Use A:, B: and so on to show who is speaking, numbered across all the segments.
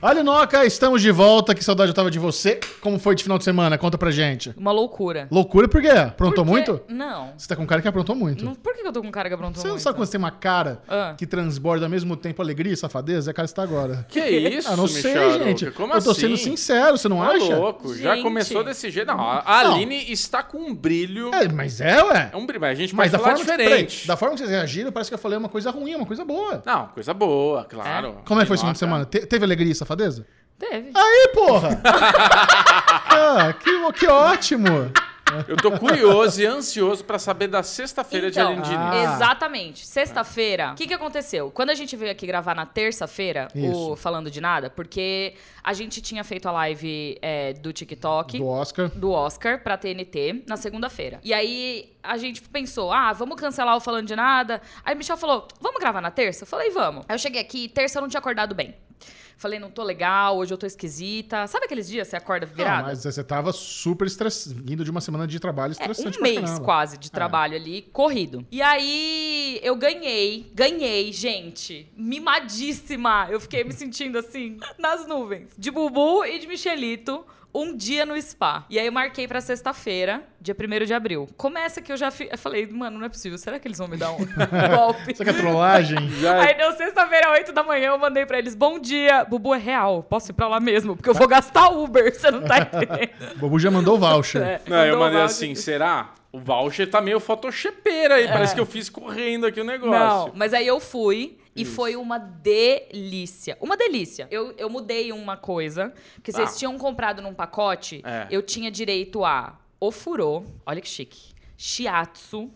A: Alinoca, estamos de volta. Que saudade eu tava de você. Como foi de final de semana? Conta pra gente.
B: Uma loucura.
A: Loucura por quê? Aprontou
B: Porque-
A: muito?
B: Não.
A: Você tá com cara que aprontou muito.
B: Não- Por que que eu tô com um cara que aprontou
A: Você não
B: muito?
A: sabe quando você tem uma cara
B: Ah.
A: que transborda ao mesmo tempo alegria e safadeza? É a cara que você tá agora.
C: Que isso,
A: Ah, não sei,
C: Micharuca?
A: gente.
C: Como
A: eu tô
C: assim?
A: sendo sincero, você não
C: Tá
A: acha?
C: louco, já
B: Gente.
C: começou desse jeito. Não, a
A: Não.
C: Aline está com um brilho. É,
A: É, mas é, ué.
C: um brilho, mas a gente
A: mas
C: pode
A: da
C: falar
A: forma,
C: diferente.
A: Que, peraí, da forma que vocês reagiram, parece que eu falei uma coisa ruim, uma coisa boa.
C: Não, coisa boa, claro.
A: Como é que foi esse final
C: Nossa.
A: de semana? Te- teve alegria e safadeza?
B: Teve.
A: Aí, porra! ah, que, que ótimo!
C: Eu tô curioso e ansioso pra saber da sexta-feira
B: Então,
C: de Aline Diniz.
A: Ah.
B: Exatamente. Sexta-feira, o que, que aconteceu? Quando a gente veio aqui gravar na terça-feira,
A: Isso.
B: o Falando de Nada, porque a gente tinha feito a live é, do TikTok.
A: Do Oscar.
B: do Oscar pra TNT na segunda-feira. E aí a gente pensou, ah, vamos cancelar o Falando de Nada. Aí Michel falou, vamos gravar na terça? Eu falei, vamos. Aí eu cheguei aqui, terça eu não tinha acordado bem. Falei, não tô legal, hoje eu tô esquisita. Sabe aqueles dias que você acorda
A: Ah,
B: virada?
A: mas você tava super estressado, vindo de uma semana de trabalho
B: É,
A: estressante
B: um
A: pra
B: mês
A: caramba.
B: quase de
A: É.
B: trabalho ali, corrido. E aí eu ganhei, ganhei, gente, mimadíssima. Eu fiquei me sentindo assim, nas nuvens. De Bubu e de Michelito. Um dia no spa. E aí eu marquei pra sexta-feira, dia 1 de abril. Começa que eu já fi- eu falei, mano, não é possível. Será que eles vão me dar um golpe?
A: Isso aqui é trollagem.
C: Já-
B: Aí deu sexta-feira, 8 da manhã, eu mandei pra eles, bom dia. Bubu é real, posso ir pra lá mesmo, porque eu vou gastar Uber, você não tá entendendo.
A: O Bobu já mandou o voucher.
B: É,
C: Não, eu
B: mandou
C: mandei
B: um áudio.
C: assim, será? O voucher tá meio photoshopeiro aí, parece que eu fiz correndo aqui o negócio.
B: É. Não, mas aí eu fui e
C: Isso.
B: foi uma delícia. Uma delícia. Eu, eu mudei uma coisa, porque
C: Ah.
B: vocês tinham comprado num pacote,
C: É.
B: eu tinha direito a ofurô, olha que chique, shiatsu,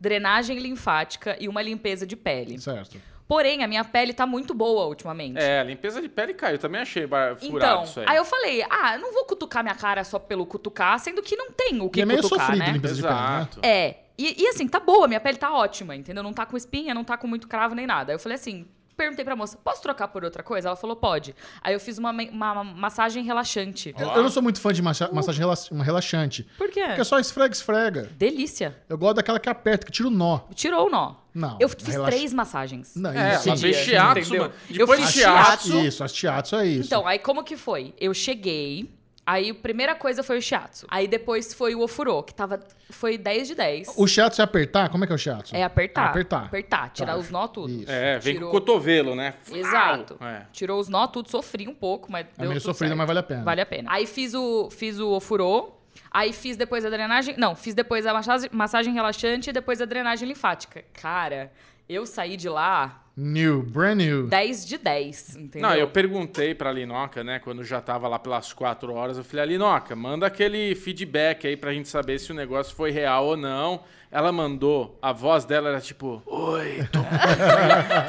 B: drenagem linfática e uma limpeza de pele.
A: Certo.
B: Porém, a minha pele tá muito boa ultimamente.
C: É, a limpeza de pele caiu, também achei bar- furado
B: Então,
C: isso
B: aí.
C: aí.
B: eu falei, ah, eu não vou cutucar minha cara só pelo cutucar, sendo que não tem o que
A: E é meio
B: cutucar,
A: sofrido
B: né?
A: limpeza de pele, né?
C: Exato.
B: É. E, e assim, tá boa, minha pele tá ótima, entendeu? Não tá com espinha, não tá com muito cravo nem nada. Aí eu falei assim. Perguntei pra moça, posso trocar por outra coisa? Ela falou, pode. Aí eu fiz uma, me- uma massagem relaxante.
A: Eu, eu não sou muito fã de
B: Uh.
A: macha- massagem rela- relaxante.
B: Por quê?
A: Porque é só esfrega, esfrega.
B: Delícia.
A: Eu gosto daquela que aperta, que tira o nó.
B: Tirou o nó.
A: Não,
B: Eu fiz
A: relaxa-
B: três massagens.
A: Não,
C: É,
A: isso.
C: ela fez
B: Sim.
C: shiatsu,
B: Entendeu?
C: mano.
B: Eu
C: Depois
B: fiz
C: de
B: shiatsu.
C: shiatsu,
A: Isso, as shiatsu é isso.
B: Então, aí como que foi? Eu cheguei, aí a primeira coisa foi o shiatsu. Aí depois foi o ofurô, que tava... Foi 10 de 10.
A: o shiatsu é apertar? Como é que é o shiatsu?
B: É apertar.
A: Apertar.
B: Apertar, tirar
A: Tá.
B: os nó tudo.
A: Isso.
C: É, vem
B: Tirou.
C: com o cotovelo, né? Flau!
B: Exato.
C: É.
B: Tirou os nó, tudo, sofri um pouco, mas
A: É
B: deu
A: meio
B: tudo
A: sofrido,
B: certo.
A: mas vale a pena.
B: Vale a pena. Aí fiz o, fiz o ofurô, aí fiz depois a drenagem... Não, fiz depois a massagem, massagem relaxante e depois a drenagem linfática. Cara, eu saí de lá
A: New, brand new.
B: 10 de 10, entendeu?
C: Não, eu perguntei pra Linoca, né, quando já tava lá pelas quatro horas, eu falei, "Ah, Linoca, manda aquele feedback aí pra gente saber se o negócio foi real ou não. Ela mandou, a voz dela era tipo, oi, tô...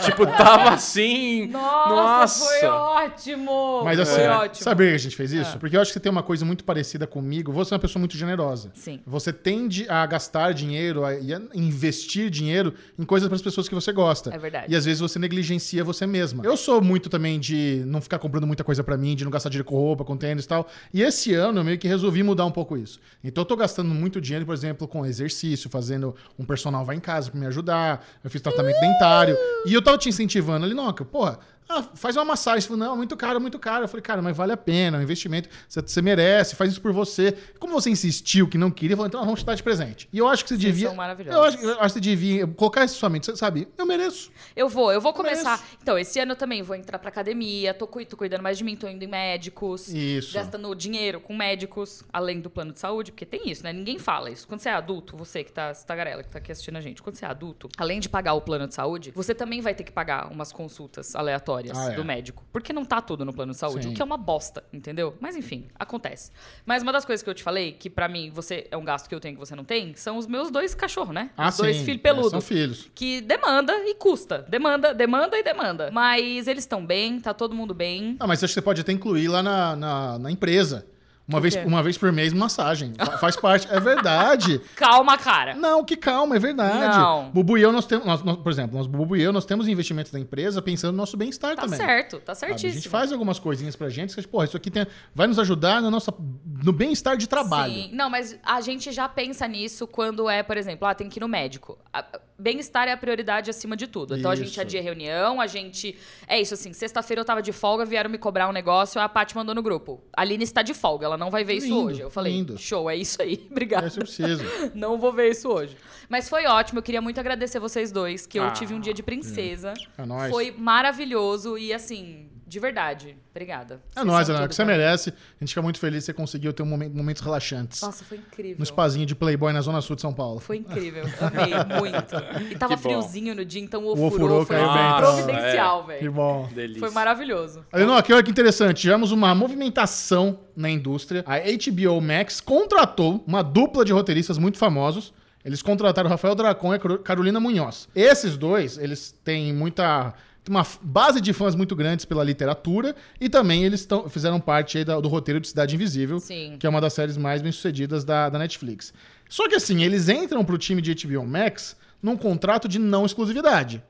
C: tipo, tava assim,
B: Nossa, foi
C: nossa.
B: ótimo!
A: Mas assim,
B: foi ótimo. É.
A: sabe por que a gente fez isso? Porque eu acho que tem uma coisa muito parecida comigo. Você é uma pessoa muito generosa.
B: Sim.
A: Você tende a gastar dinheiro a- e a investir dinheiro em coisas para as pessoas que você gosta.
B: É verdade.
A: E às vezes você negligencia você mesma. Eu sou muito também de não ficar comprando muita coisa pra mim, de não gastar dinheiro com roupa, com tênis e tal. E esse ano eu meio que resolvi mudar um pouco isso. Então eu tô gastando muito dinheiro, por exemplo, com exercício, fazendo um personal vai em casa pra me ajudar. Eu fiz tratamento dentário. E eu tava te incentivando ali, Noca, porra. ah, faz uma massagem. Você falou, não, muito caro, muito caro. Eu falei, cara, mas vale a pena, é um investimento. Você, você merece, faz isso por você. Como você insistiu que não queria, eu falei, então nós vamos te dar de presente. E eu acho que você devia.
B: são maravilhosos.
A: eu acho, eu acho que você devia colocar isso em sua mente. Você sabe, eu mereço.
B: Eu vou, eu vou começar.
A: Começo.
B: Então, esse ano eu também vou entrar pra academia, tô, cui- tô cuidando mais de mim, tô indo em médicos.
A: Isso.
B: Gastando dinheiro com médicos, além do plano de saúde, porque tem isso, né? Ninguém fala isso. Quando você é adulto, você que tá, essa tagarela, que tá aqui assistindo a gente, quando você é adulto, além de pagar o plano de saúde, você também vai ter que pagar umas consultas aleatórias
A: Ah, é.
B: do médico. Porque não tá tudo no plano de saúde,
A: Sim.
B: o que é uma bosta, entendeu? Mas enfim, acontece. Mas uma das coisas que eu te falei, que pra mim você é um gasto que eu tenho que você não tem, são os meus dois cachorros, né?
A: Ah,
B: os dois
A: sim.
B: filhos
A: É,
B: peludos
A: São filhos.
B: que demanda e custa. Demanda, demanda e demanda. Mas eles estão bem, tá todo mundo bem.
A: Ah, mas acho que você pode até incluir lá na, na, na empresa. Uma vez,
B: quê?
A: uma vez por mês, massagem. Fa- Faz parte. É verdade.
B: Calma, cara.
A: Não, que calma, é verdade.
B: Não.
A: Bubu e eu, nós temos. nós- nós- por exemplo, nós, Bubu e eu, nós temos investimentos da empresa pensando no nosso bem-estar
B: Tá
A: também.
B: certo, tá
A: sabe?
B: certíssimo.
A: A gente faz algumas coisinhas pra gente, que, a gente, porra, isso aqui tem- vai nos ajudar na nossa, no bem-estar de trabalho.
B: Sim. Não, mas a gente já pensa nisso quando é, por exemplo, ah, tem que ir no médico. Ah, bem-estar é a prioridade acima de tudo. Então a gente
A: Isso.
B: adia reunião, a gente. É isso, assim, sexta-feira eu tava de folga, vieram me cobrar um negócio, a Paty mandou no grupo. A Aline está de folga, ela não vai ver isso
A: Lindo,
B: hoje. Eu falei,
A: lindo.
B: show, é isso aí,
A: É
B: obrigada.
A: isso que eu preciso.
B: Não vou ver isso hoje. Mas foi ótimo, eu queria muito agradecer vocês dois, que eu
C: Ah,
B: tive um dia de princesa.
A: É nóis.
B: Foi maravilhoso e assim, de verdade. Obrigada.
A: É
B: Vocês
A: nóis,
B: são
A: Ana,
B: tudo
A: que você
B: pra mim.
A: merece. A gente fica muito feliz que você conseguiu ter um momento- momentos relaxantes.
B: Nossa, foi incrível.
A: no spazinho de Playboy na Zona Sul de São Paulo.
B: Foi incrível, amei muito. E tava
C: Que bom. É.
B: friozinho no dia, então o
A: O
B: ofurô,
A: ofurô
B: foi
A: caiu bem,
B: assim,
A: então.
B: providencial,
A: Que
B: velho.
A: bom.
C: Delícia.
B: Foi maravilhoso.
A: Aí, não, aqui olha que interessante. Tivemos uma movimentação na indústria. A HBO Max contratou uma dupla de roteiristas muito famosos. Eles contrataram Rafael Dracon e a Caro- Carolina Munhoz. Esses dois, eles têm muita têm uma f- base de fãs muito grandes pela literatura e também eles tão- fizeram parte aí da- do roteiro de Cidade Invisível,
B: Sim.
A: que é uma das séries mais bem-sucedidas da, da Netflix. Só que assim, eles entram pro time de HBO Max num contrato de não exclusividade.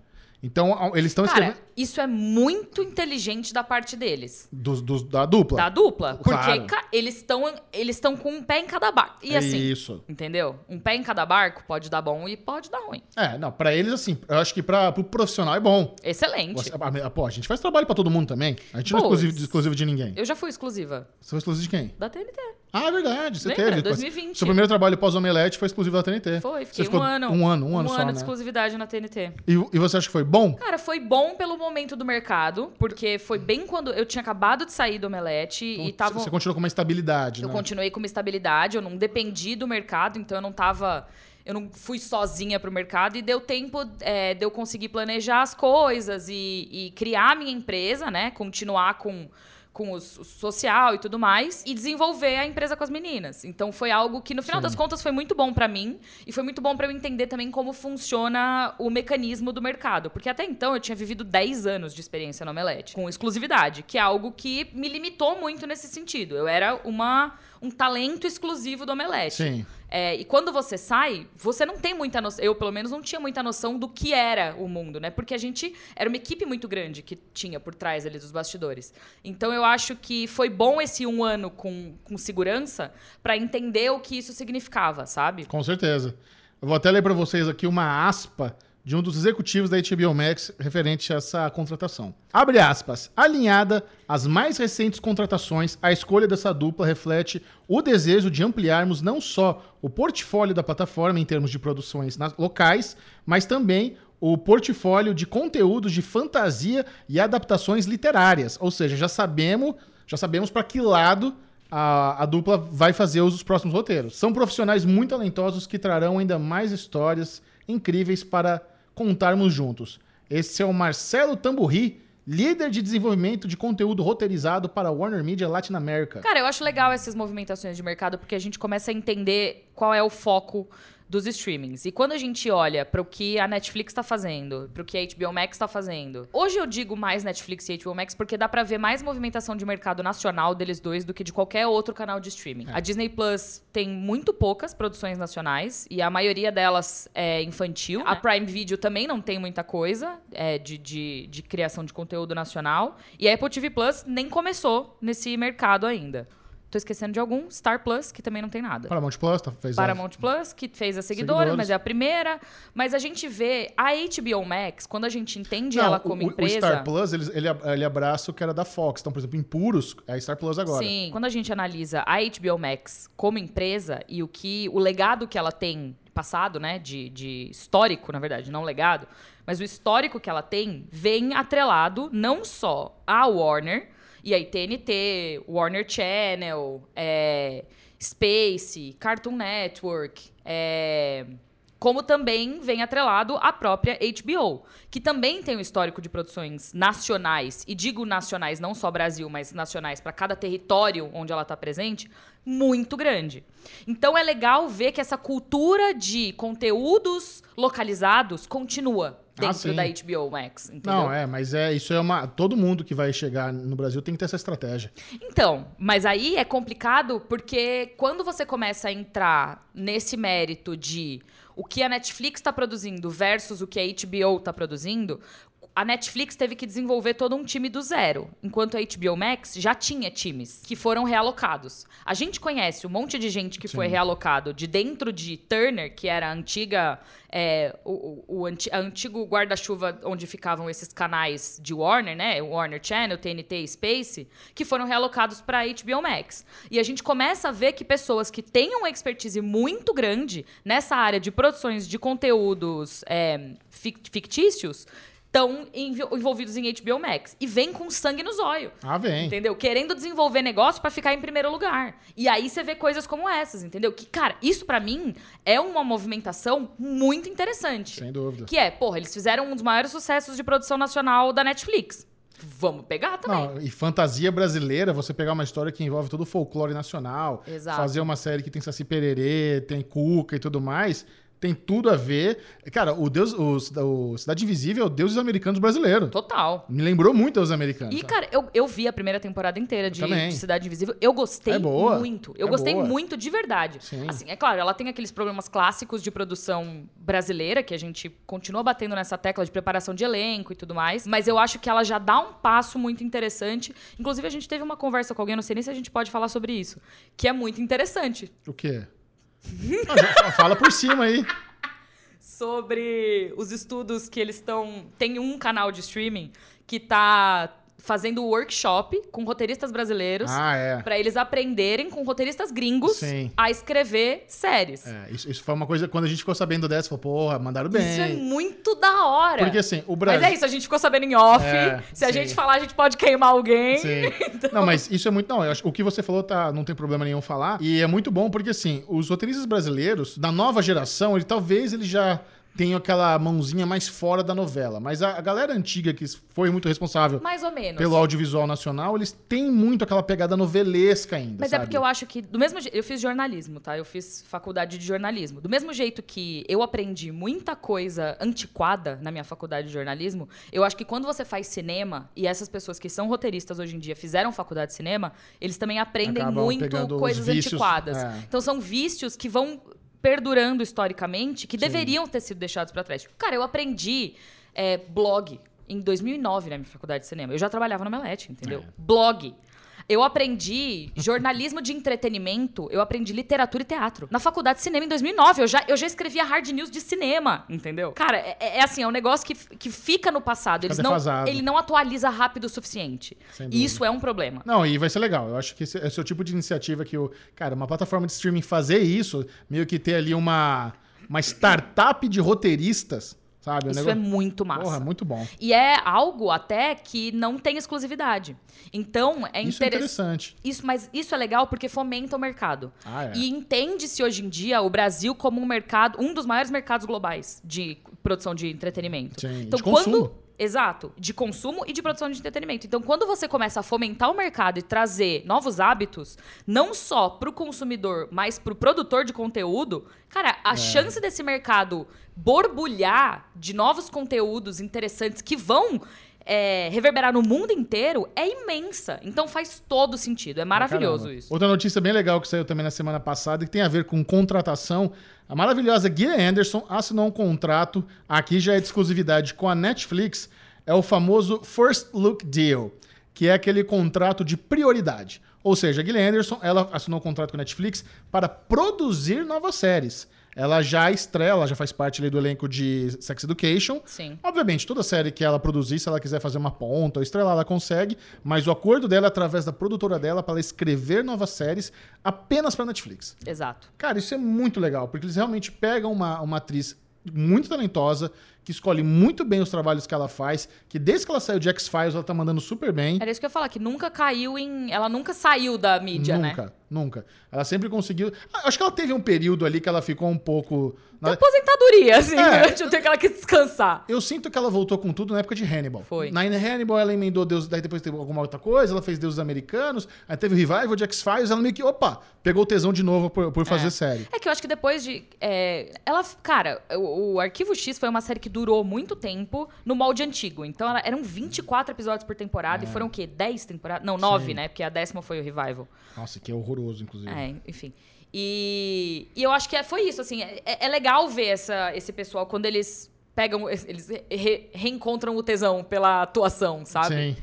A: Então, ao- eles estão
B: Cara,
A: escrevendo
B: isso é muito inteligente da parte deles.
A: dos- dos- da dupla.
B: Da dupla. Porque
A: Claro.
B: ca- eles estão eles tão com um pé em cada barco.
A: É
B: E assim,
A: Isso.
B: entendeu? Um pé em cada barco pode dar bom e pode dar ruim.
A: É, não, pra eles, assim, eu acho que pra, pro profissional é bom.
B: Excelente.
A: Você- ah, Pô, a gente faz trabalho pra todo mundo também. A gente não é
B: Pois.
A: exclusivo, exclusivo de ninguém.
B: Eu já fui exclusiva
A: Você foi exclusivo de quem?
B: da TNT.
A: Ah, é verdade. Você
B: Lembra?
A: teve.
B: 2020.
A: Seu primeiro trabalho pós-Omelete foi exclusivo da TNT.
B: Foi,
A: É. Você
B: fiquei
A: ficou
B: um ano.
A: Um ano, um ano só,
B: de
A: né?
B: exclusividade na TNT.
A: E, e você acha que foi bom?
B: Cara, foi bom pelo momento do mercado, porque foi bem quando eu tinha acabado de sair do Omelete e
A: Ou
B: tava. um
A: Você continuou com uma estabilidade,
B: Eu
A: né?
B: continuei com uma estabilidade, eu não dependi do mercado, então eu não tava. Eu não fui sozinha pro mercado e deu tempo é, de eu conseguir planejar as coisas e, e criar a minha empresa, né? Continuar com, com os- o social e tudo mais, e desenvolver a empresa com as meninas. Então foi algo que, no final das contas, foi muito bom pra mim e foi muito bom pra eu entender também como funciona o mecanismo do mercado. Porque até então eu tinha vivido 10 anos de experiência no Omelete, com exclusividade, que é algo que me limitou muito nesse sentido. Eu era uma, um talento exclusivo do Omelete.
A: Sim.
B: É, e quando você sai, você não tem muita noção. Eu, pelo menos, não tinha muita noção do que era o mundo, né? Porque a gente era uma equipe muito grande que tinha por trás ali dos bastidores. Então eu acho que foi bom esse um ano com, com segurança pra entender o que isso significava, sabe?
A: Com certeza. Eu vou até ler pra vocês aqui uma aspa de um dos executivos da HBO Max referente a essa contratação. Abre aspas. Alinhada às mais recentes contratações, a escolha dessa dupla reflete o desejo de ampliarmos não só o portfólio da plataforma em termos de produções nas- locais, mas também o portfólio de conteúdos de fantasia e adaptações literárias. Ou seja, já sabemos, já sabemos para que lado a, a dupla vai fazer os, os próximos roteiros. São profissionais muito talentosos que trarão ainda mais histórias incríveis para contarmos juntos. Esse é o Marcelo Tamburri, líder de desenvolvimento de conteúdo roteirizado para a Warner Media Latin America.
B: Cara, eu acho legal essas movimentações de mercado porque a gente começa a entender qual é o foco dos streamings. E quando a gente olha para o que a Netflix tá fazendo, para o que a HBO Max tá fazendo. Hoje eu digo mais Netflix e HBO Max porque dá para ver mais movimentação de mercado nacional deles dois do que de qualquer outro canal de streaming. A Disney Plus tem muito poucas produções nacionais e a maioria delas é infantil. A Prime Video também não tem muita coisa é, de, de, de criação de conteúdo nacional. E a Apple TV Plus nem começou nesse mercado ainda. Tô esquecendo de algum, Star Plus, que também não tem nada.
A: Paramount Plus tá, fez
B: Paramount Plus, que fez a seguidora,
A: Seguidores.
B: mas é a primeira. Mas a gente vê a HBO Max, quando a gente entende
A: né? Não,
B: ela como
A: o, o-
B: empresa.
A: O Star Plus, ele, ele, ele abraça o que era da Fox. Então, por exemplo, Impuros é Star Plus agora.
B: Sim, quando a gente analisa a HBO Max como empresa e o que o legado que ela tem passado, né, de, de histórico, na verdade, não legado, mas o histórico que ela tem vem atrelado não só à Warner e aí TNT, Warner Channel, é, Space, Cartoon Network, é, como também vem atrelado à própria HBO, que também tem um histórico de produções nacionais, e digo nacionais não só Brasil, mas nacionais para cada território onde ela está presente, muito grande. Então é legal ver que essa cultura de conteúdos localizados continua dentro
A: Ah, sim.
B: da HBO Max, entendeu?
A: Não, é, mas é isso é uma. Todo mundo que vai chegar no Brasil tem que ter essa estratégia.
B: Então, mas aí é complicado porque quando você começa a entrar nesse tá mérito de o que a Netflix está tá produzindo versus o que a HBO está produzindo, A Netflix teve que desenvolver todo um time do zero, enquanto a HBO Max já tinha times que foram realocados. A gente conhece um monte de gente que foi realocado de dentro de Turner, que era a antiga é, o, o, o anti- a antigo guarda-chuva onde ficavam esses canais de Warner, né? O Warner Channel, TNT e Space, que foram realocados para HBO Max. E a gente começa a ver que pessoas que têm uma expertise muito grande nessa área de produções de conteúdos é, fic- fictícios estão envolvidos em HBO Max. E vem com sangue nos olhos.
A: Ah, vem.
B: Entendeu? Querendo desenvolver negócio pra ficar em primeiro lugar. E aí você vê coisas como essas, entendeu? Que, cara, isso pra mim é uma movimentação muito interessante.
A: Sem dúvida.
B: Que é, porra, eles fizeram um dos maiores sucessos de produção nacional da Netflix. Vamos pegar também.
A: Não, e fantasia brasileira, você pegar uma história que envolve todo o folclore nacional,
B: Exato.
A: fazer uma série que tem Saci Pererê, tem Cuca e tudo mais, tem tudo a ver. Cara, o Deus, o, Cida- o Cidade Invisível é o Deuses Americanos brasileiro.
B: Total.
A: Me lembrou muito Deuses Americanos.
B: E, cara, eu, eu vi a primeira temporada inteira de,
A: também.
B: de Cidade Invisível. Eu gostei
A: É boa.
B: muito. Eu
A: É
B: gostei
A: boa.
B: muito de verdade.
A: Sim.
B: Assim, é claro, ela tem aqueles problemas clássicos de produção brasileira, que a gente continua batendo nessa tecla de preparação de elenco e tudo mais. Mas eu acho que ela já dá um passo muito interessante. Inclusive, a gente teve uma conversa com alguém, não sei nem se a gente pode falar sobre isso, que é muito interessante.
A: O quê? Ah, já- Fala por cima aí.
B: sobre os estudos que eles estão. Tem um canal de streaming que tá fazendo workshop com roteiristas brasileiros. pra
A: Ah, é.
B: eles aprenderem com roteiristas gringos
A: Sim.
B: a escrever séries.
A: É, isso, isso foi uma coisa, quando a gente ficou sabendo dessa, falou, porra, mandaram bem.
B: Isso é muito da hora.
A: Porque assim, o Brasil.
B: Mas é isso, a gente ficou sabendo em off.
A: É,
B: Se a
A: sim.
B: gente falar, a gente pode queimar alguém.
A: Sim.
B: Então.
A: Não, mas isso é muito. Não, eu acho, o que você falou tá, não tem problema nenhum falar. E é muito bom porque, assim, os roteiristas brasileiros, da nova geração, ele talvez ele já tenha aquela mãozinha mais fora da novela. Mas a, a galera antiga que foi muito responsável
B: Mais ou menos.
A: pelo audiovisual nacional, eles têm muito aquela pegada novelesca ainda.
B: Mas
A: sabe?
B: é porque eu acho que, do mesmo jeito, eu fiz jornalismo, tá? Eu fiz faculdade de jornalismo. Do mesmo jeito que eu aprendi muita coisa antiquada na minha faculdade de jornalismo, eu acho que quando você faz cinema, e essas pessoas que são roteiristas hoje em dia fizeram faculdade de cinema, eles também aprendem
A: Acabam pegando
B: muito
A: os
B: coisas
A: vícios,
B: antiquadas.
A: é.
B: Então são vícios que vão perdurando historicamente, que deveriam ter sido deixados pra trás. Tipo, cara, eu aprendi é, blog em 2009 na minha faculdade de cinema. Eu já trabalhava na Melete, entendeu?
A: É.
B: Blog. Eu aprendi jornalismo de entretenimento, eu aprendi literatura e teatro. Na faculdade de cinema em 2009, eu já, eu já escrevia hard news de cinema, entendeu? Cara, é, é assim, é um negócio que, que fica no passado. Eles não,
A: defasado.
B: ele não atualiza rápido o suficiente.
A: Sem
B: E
A: dúvida.
B: isso é um problema.
A: Não, e vai ser legal. Eu acho que esse, esse é o tipo de iniciativa que o. Cara, uma plataforma de streaming fazer isso, meio que ter ali uma, uma startup de roteiristas, sabe? Um
B: Isso é
A: negócio-
B: muito massa.
A: Porra, muito bom.
B: E é algo até que não tem exclusividade. Então, é
A: isso é
B: interessante.
A: interessante.
B: Isso, mas isso é legal porque fomenta o mercado.
A: Ah, é.
B: E entende-se hoje em dia o Brasil como um mercado, um dos maiores mercados globais de produção de entretenimento.
A: Sim,
B: então,
A: de
B: quando.
A: consumo.
B: Exato, de consumo e de produção de entretenimento. Então, quando você começa a fomentar o mercado e trazer novos hábitos, não só pro consumidor, mas pro produtor de conteúdo, cara,
A: É.
B: a chance desse mercado borbulhar de novos conteúdos interessantes que vão é, reverberar no mundo inteiro é imensa. Então, faz todo sentido. É maravilhoso
A: Caramba.
B: isso.
A: Outra notícia bem legal que saiu também na semana passada, que tem a ver com contratação. A maravilhosa Guia Anderson assinou um contrato, aqui já é de exclusividade com a Netflix, é o famoso First Look Deal, que é aquele contrato de prioridade. Ou seja, a Guilherme Anderson, ela assinou um contrato com a Netflix para produzir novas séries. Ela já estrela, ela já faz parte ali do elenco de Sex Education.
B: Sim.
A: Obviamente, toda série que ela produzir, se ela quiser fazer uma ponta ou estrelar, ela consegue, mas o acordo dela é através da produtora dela para ela escrever novas séries apenas para Netflix.
B: Exato.
A: Cara, isso é muito legal, porque eles realmente pegam uma, uma atriz muito talentosa, que escolhe muito bem os trabalhos que ela faz, que desde que ela saiu de X-Files, ela tá mandando super bem.
B: Era isso que eu ia falar, que nunca caiu em. Ela nunca saiu da mídia,
A: nunca,
B: né?
A: nunca. Ela sempre conseguiu. Ah, Acho que ela teve um período ali que ela ficou um pouco.
B: Então,
A: na-
B: Aposentadoria, assim,
A: É.
B: durante o tempo que ela quis descansar.
A: Eu sinto que ela voltou com tudo na época de Hannibal.
B: Foi.
A: Na em Hannibal ela emendou Deus, daí depois teve alguma outra coisa, ela fez Deuses Americanos, aí teve o revival de X-Files, ela meio que, opa, pegou o tesão de novo por, por fazer série.
B: É que eu acho que depois de. é, ela. Cara, o, o Arquivo X foi uma série que durou muito tempo no molde antigo. Então ela- eram 24 episódios por
A: É.
B: temporada e foram o quê? 10 temporadas? Não, 9, né? Porque a décima foi o Revival.
A: Nossa, que é horroroso, inclusive.
B: É, enfim. E, e eu acho que é- foi isso, assim. É, é legal ver essa, esse pessoal quando eles pegam, eles re- reencontram o tesão pela atuação, sabe?
A: Sim.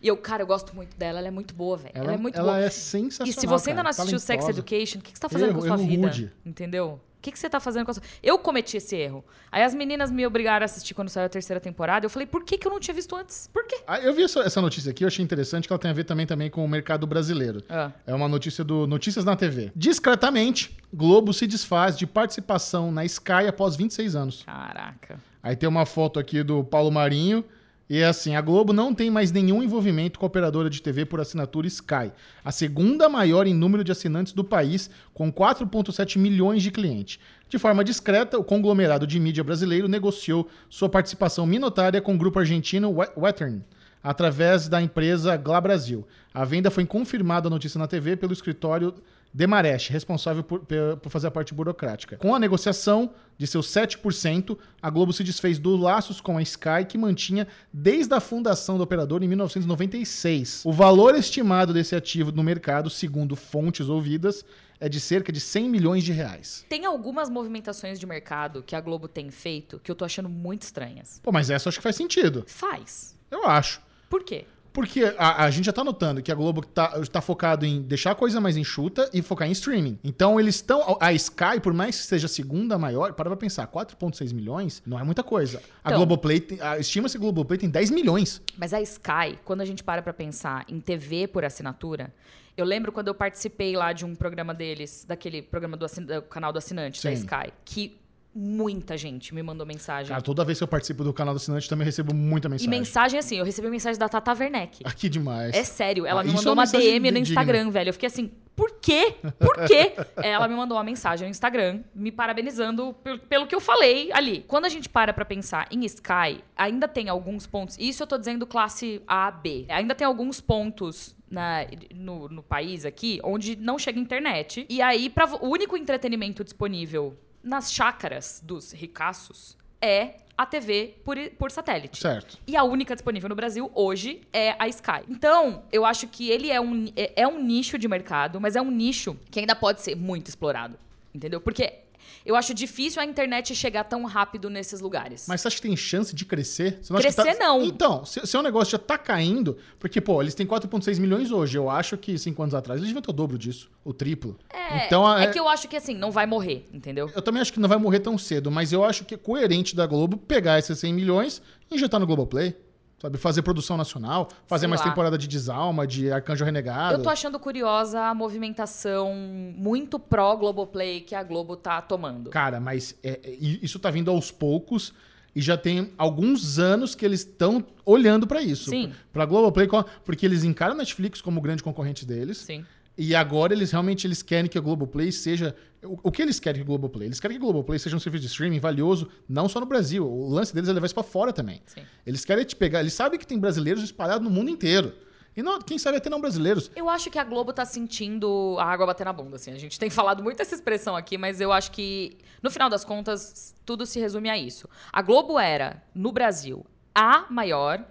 B: E eu, cara, eu gosto muito dela, ela é muito boa, velho. Ela, é muito
A: ela
B: boa.
A: é sensacional.
B: E se você
A: cara,
B: ainda não assistiu Sex é
A: talentosa.
B: Education, o que, que você tá fazendo
A: Erro,
B: com a sua
A: erro
B: vida?
A: rude.
B: Entendeu? O que, que você tá fazendo com a sua... Eu cometi esse erro. Aí as meninas me obrigaram a assistir quando saiu a terceira temporada. Eu falei, por que, que eu não tinha visto antes? Por quê?
A: Ah, eu vi essa, essa notícia aqui, eu achei interessante que ela tem a ver também, também com o mercado brasileiro.
B: Ah.
A: É uma notícia do Notícias na TV. Discretamente, Globo se desfaz de participação na Sky após 26 anos.
B: Caraca.
A: Aí tem uma foto aqui do Paulo Marinho. E é assim, a Globo não tem mais nenhum envolvimento com a operadora de TV por assinatura Sky, a segunda maior em número de assinantes do país, com 4,7 milhões de clientes. De forma discreta, o conglomerado de mídia brasileiro negociou sua participação minotária com o grupo argentino We- Western, através da empresa Glá Brasil. A venda foi confirmada a notícia na TV pelo escritório Demarest, responsável por, pe- por fazer a parte burocrática. Com a negociação de seus 7%, a Globo se desfez dos laços com a Sky, que mantinha desde a fundação do operador em 1996. O valor estimado desse ativo no mercado, segundo fontes ouvidas, é de cerca de 100 milhões de reais.
B: Tem algumas movimentações de mercado que a Globo tem feito que eu tô achando muito estranhas.
A: Pô, mas essa eu acho que faz sentido.
B: Faz.
A: Eu acho.
B: Por quê?
A: Porque a, a gente já tá notando que a Globo tá, tá focado em deixar a coisa mais enxuta e focar em streaming. Então eles estão. A Sky, por mais que seja a segunda maior, para pra pensar, 4,6 milhões não é muita coisa. A
B: Então.
A: Globoplay. tem- a- Estima-se que a Globoplay tem 10 milhões.
B: Mas a Sky, quando a gente para pra pensar em TV por assinatura, eu lembro quando eu participei lá de um programa deles, daquele programa do, assin- do canal do assinante, da
A: Sim.
B: Sky, que muita gente me mandou mensagem.
A: Cara, toda vez que eu participo do canal do assinante, também recebo muita
B: e
A: mensagem.
B: mensagem assim, eu recebi mensagem da Tata Werneck.
A: Aqui demais.
B: É sério, ela
A: Ah,
B: me
A: isso
B: mandou
A: é uma
B: uma
A: mensagem
B: DM no
A: digna.
B: Instagram, velho. Eu fiquei assim, por quê? Por quê? ela me mandou uma mensagem no Instagram, me parabenizando pel- pelo que eu falei ali. Quando a gente para pra pensar em Sky, ainda tem alguns pontos. Isso eu tô dizendo classe A, B. Ainda tem alguns pontos. na- no, no país aqui, onde não chega internet. E aí, pra, vo- o único entretenimento disponível nas chácaras dos ricaços é a TV por, i- por satélite.
A: Certo.
B: E a única disponível no Brasil hoje é a Sky. Então, eu acho que ele é um, é é um nicho de mercado, mas é um nicho que ainda pode ser muito explorado. Entendeu? Porque eu acho difícil a internet chegar tão rápido nesses lugares. É
A: Mas você acha que tem chance de crescer? Você acha que
B: Crescer, não.
A: Então, se, se o negócio já tá caindo, porque, pô, eles têm 4,6 milhões hoje. Eu acho que 5 anos atrás eles deviam ter o dobro disso, o triplo.
B: é,
A: então, a-
B: é que eu acho que assim, não vai morrer, entendeu?
A: Eu também acho que não vai morrer tão cedo, mas eu acho que é coerente da Globo pegar esses 100 milhões e injetar no Globoplay. Sabe? Fazer produção nacional, fazer
B: Sei
A: mais
B: lá.
A: temporada de Desalma, de Arcanjo Renegado.
B: Eu tô achando curiosa a movimentação muito pró-Globoplay que a Globo tá tomando.
A: Cara, mas é, é, i- isso tá vindo aos poucos e já tem alguns anos que eles estão olhando pra isso.
B: Sim.
A: Pra Globoplay, co- porque eles encaram a Netflix como grande concorrente deles.
B: Sim.
A: E agora eles realmente eles querem que a Globoplay seja. O, o que eles querem que a Globoplay? Eles querem que a Globoplay seja um serviço de streaming valioso, não só no Brasil. O lance deles é levar isso pra fora também.
B: Sim.
A: Eles querem te pegar. Eles sabem que tem brasileiros espalhados no mundo inteiro. E não, quem sabe até não brasileiros.
B: Eu acho que a Globo tá sentindo a água bater na bunda, assim. A gente tem falado muito essa expressão aqui, mas eu acho que, no final das contas, tudo se resume a isso. A Globo era, no Brasil, a maior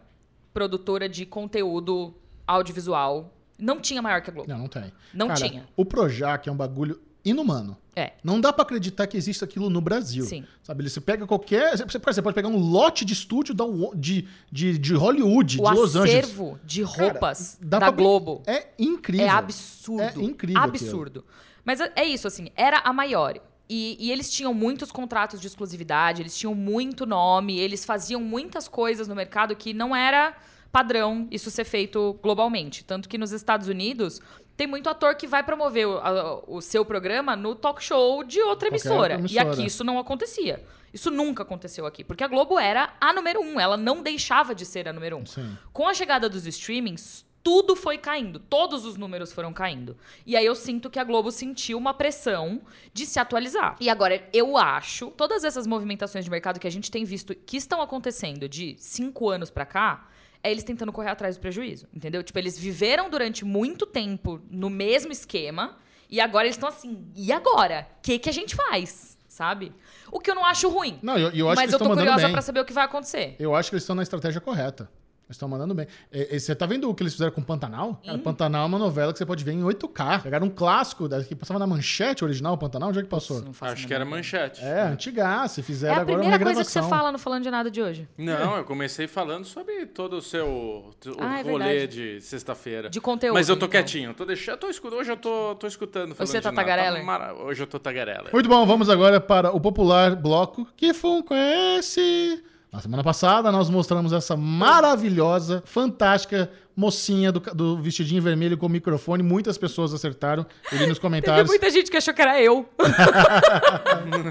B: produtora de conteúdo audiovisual. Não tinha maior que a Globo.
A: Não, não tem.
B: Não tinha.
A: O Projac é um bagulho inumano.
B: É.
A: Não dá pra acreditar que existe aquilo no Brasil.
B: Sim.
A: Sabe, ele- você pega qualquer. Você, cara, você pode pegar um lote de estúdio da Wa- de, de, de Hollywood,
B: O
A: de Los Angeles.
B: acervo de roupas
A: dá
B: da
A: pra-
B: Globo
A: É incrível.
B: É absurdo.
A: É incrível
B: Absurdo. Mas é é isso, assim, era a maior. E, e eles tinham muitos contratos de exclusividade, eles tinham muito nome, eles faziam muitas coisas no mercado que não era padrão isso ser feito globalmente. Tanto que nos Estados Unidos tem muito ator que vai promover o, a- o seu programa no talk show de
A: Qualquer
B: outra emissora.
A: outra
B: E
A: emissora.
B: aqui isso não acontecia. Isso nunca aconteceu aqui, porque a Globo era a número um, ela não deixava de ser a número um.
A: Sim.
B: Com a chegada dos streamings, tudo foi caindo, todos os números foram caindo. E aí eu sinto que a Globo sentiu uma pressão de se atualizar. E agora eu acho, todas essas movimentações de mercado que a gente tem visto que estão acontecendo de cinco anos pra cá, é eles tentando correr atrás do prejuízo, entendeu? Tipo, eles viveram durante muito tempo no mesmo esquema e agora eles estão assim, e agora? O que que a gente faz? Sabe? O que eu não acho ruim.
A: Não, eu, eu acho
B: mas
A: que eles estão
B: eu tô
A: mandando
B: curiosa
A: bem.
B: pra saber o que vai acontecer.
A: Eu acho que eles estão na estratégia correta. Eles estão mandando bem. E- e Você tá vendo o que eles fizeram com Pantanal? Cara, Pantanal é uma novela que você pode ver em 8K. Pegaram um clássico da- que passava na manchete original, Pantanal, onde é que passou?
B: Não faço
C: Acho
B: a
C: que era
B: menor
C: manchete.
A: É, antigaça.
B: ideia.
A: Fizeram
B: É a
A: agora uma
B: primeira coisa que
A: regravação.
B: você fala no Falando de Nada de hoje.
C: Não, eu comecei falando sobre todo o seu o
B: Ah, é
C: rolê
B: verdade.
C: de sexta-feira.
B: De conteúdo,
C: Mas eu tô
B: então.
C: quietinho. eu Tô deixando, eu tô escutando, hoje eu tô, tô escutando. falando
B: Você tá
C: de nada.
B: tagarela?
C: mara- Hoje eu tô tagarela.
A: Muito bom, vamos agora para o popular bloco que foi conhece. Na semana passada nós mostramos essa maravilhosa, fantástica mocinha do, ca- do vestidinho vermelho com microfone. Muitas pessoas acertaram ali nos
B: Teve
A: comentários.
B: muita gente que achou que era eu.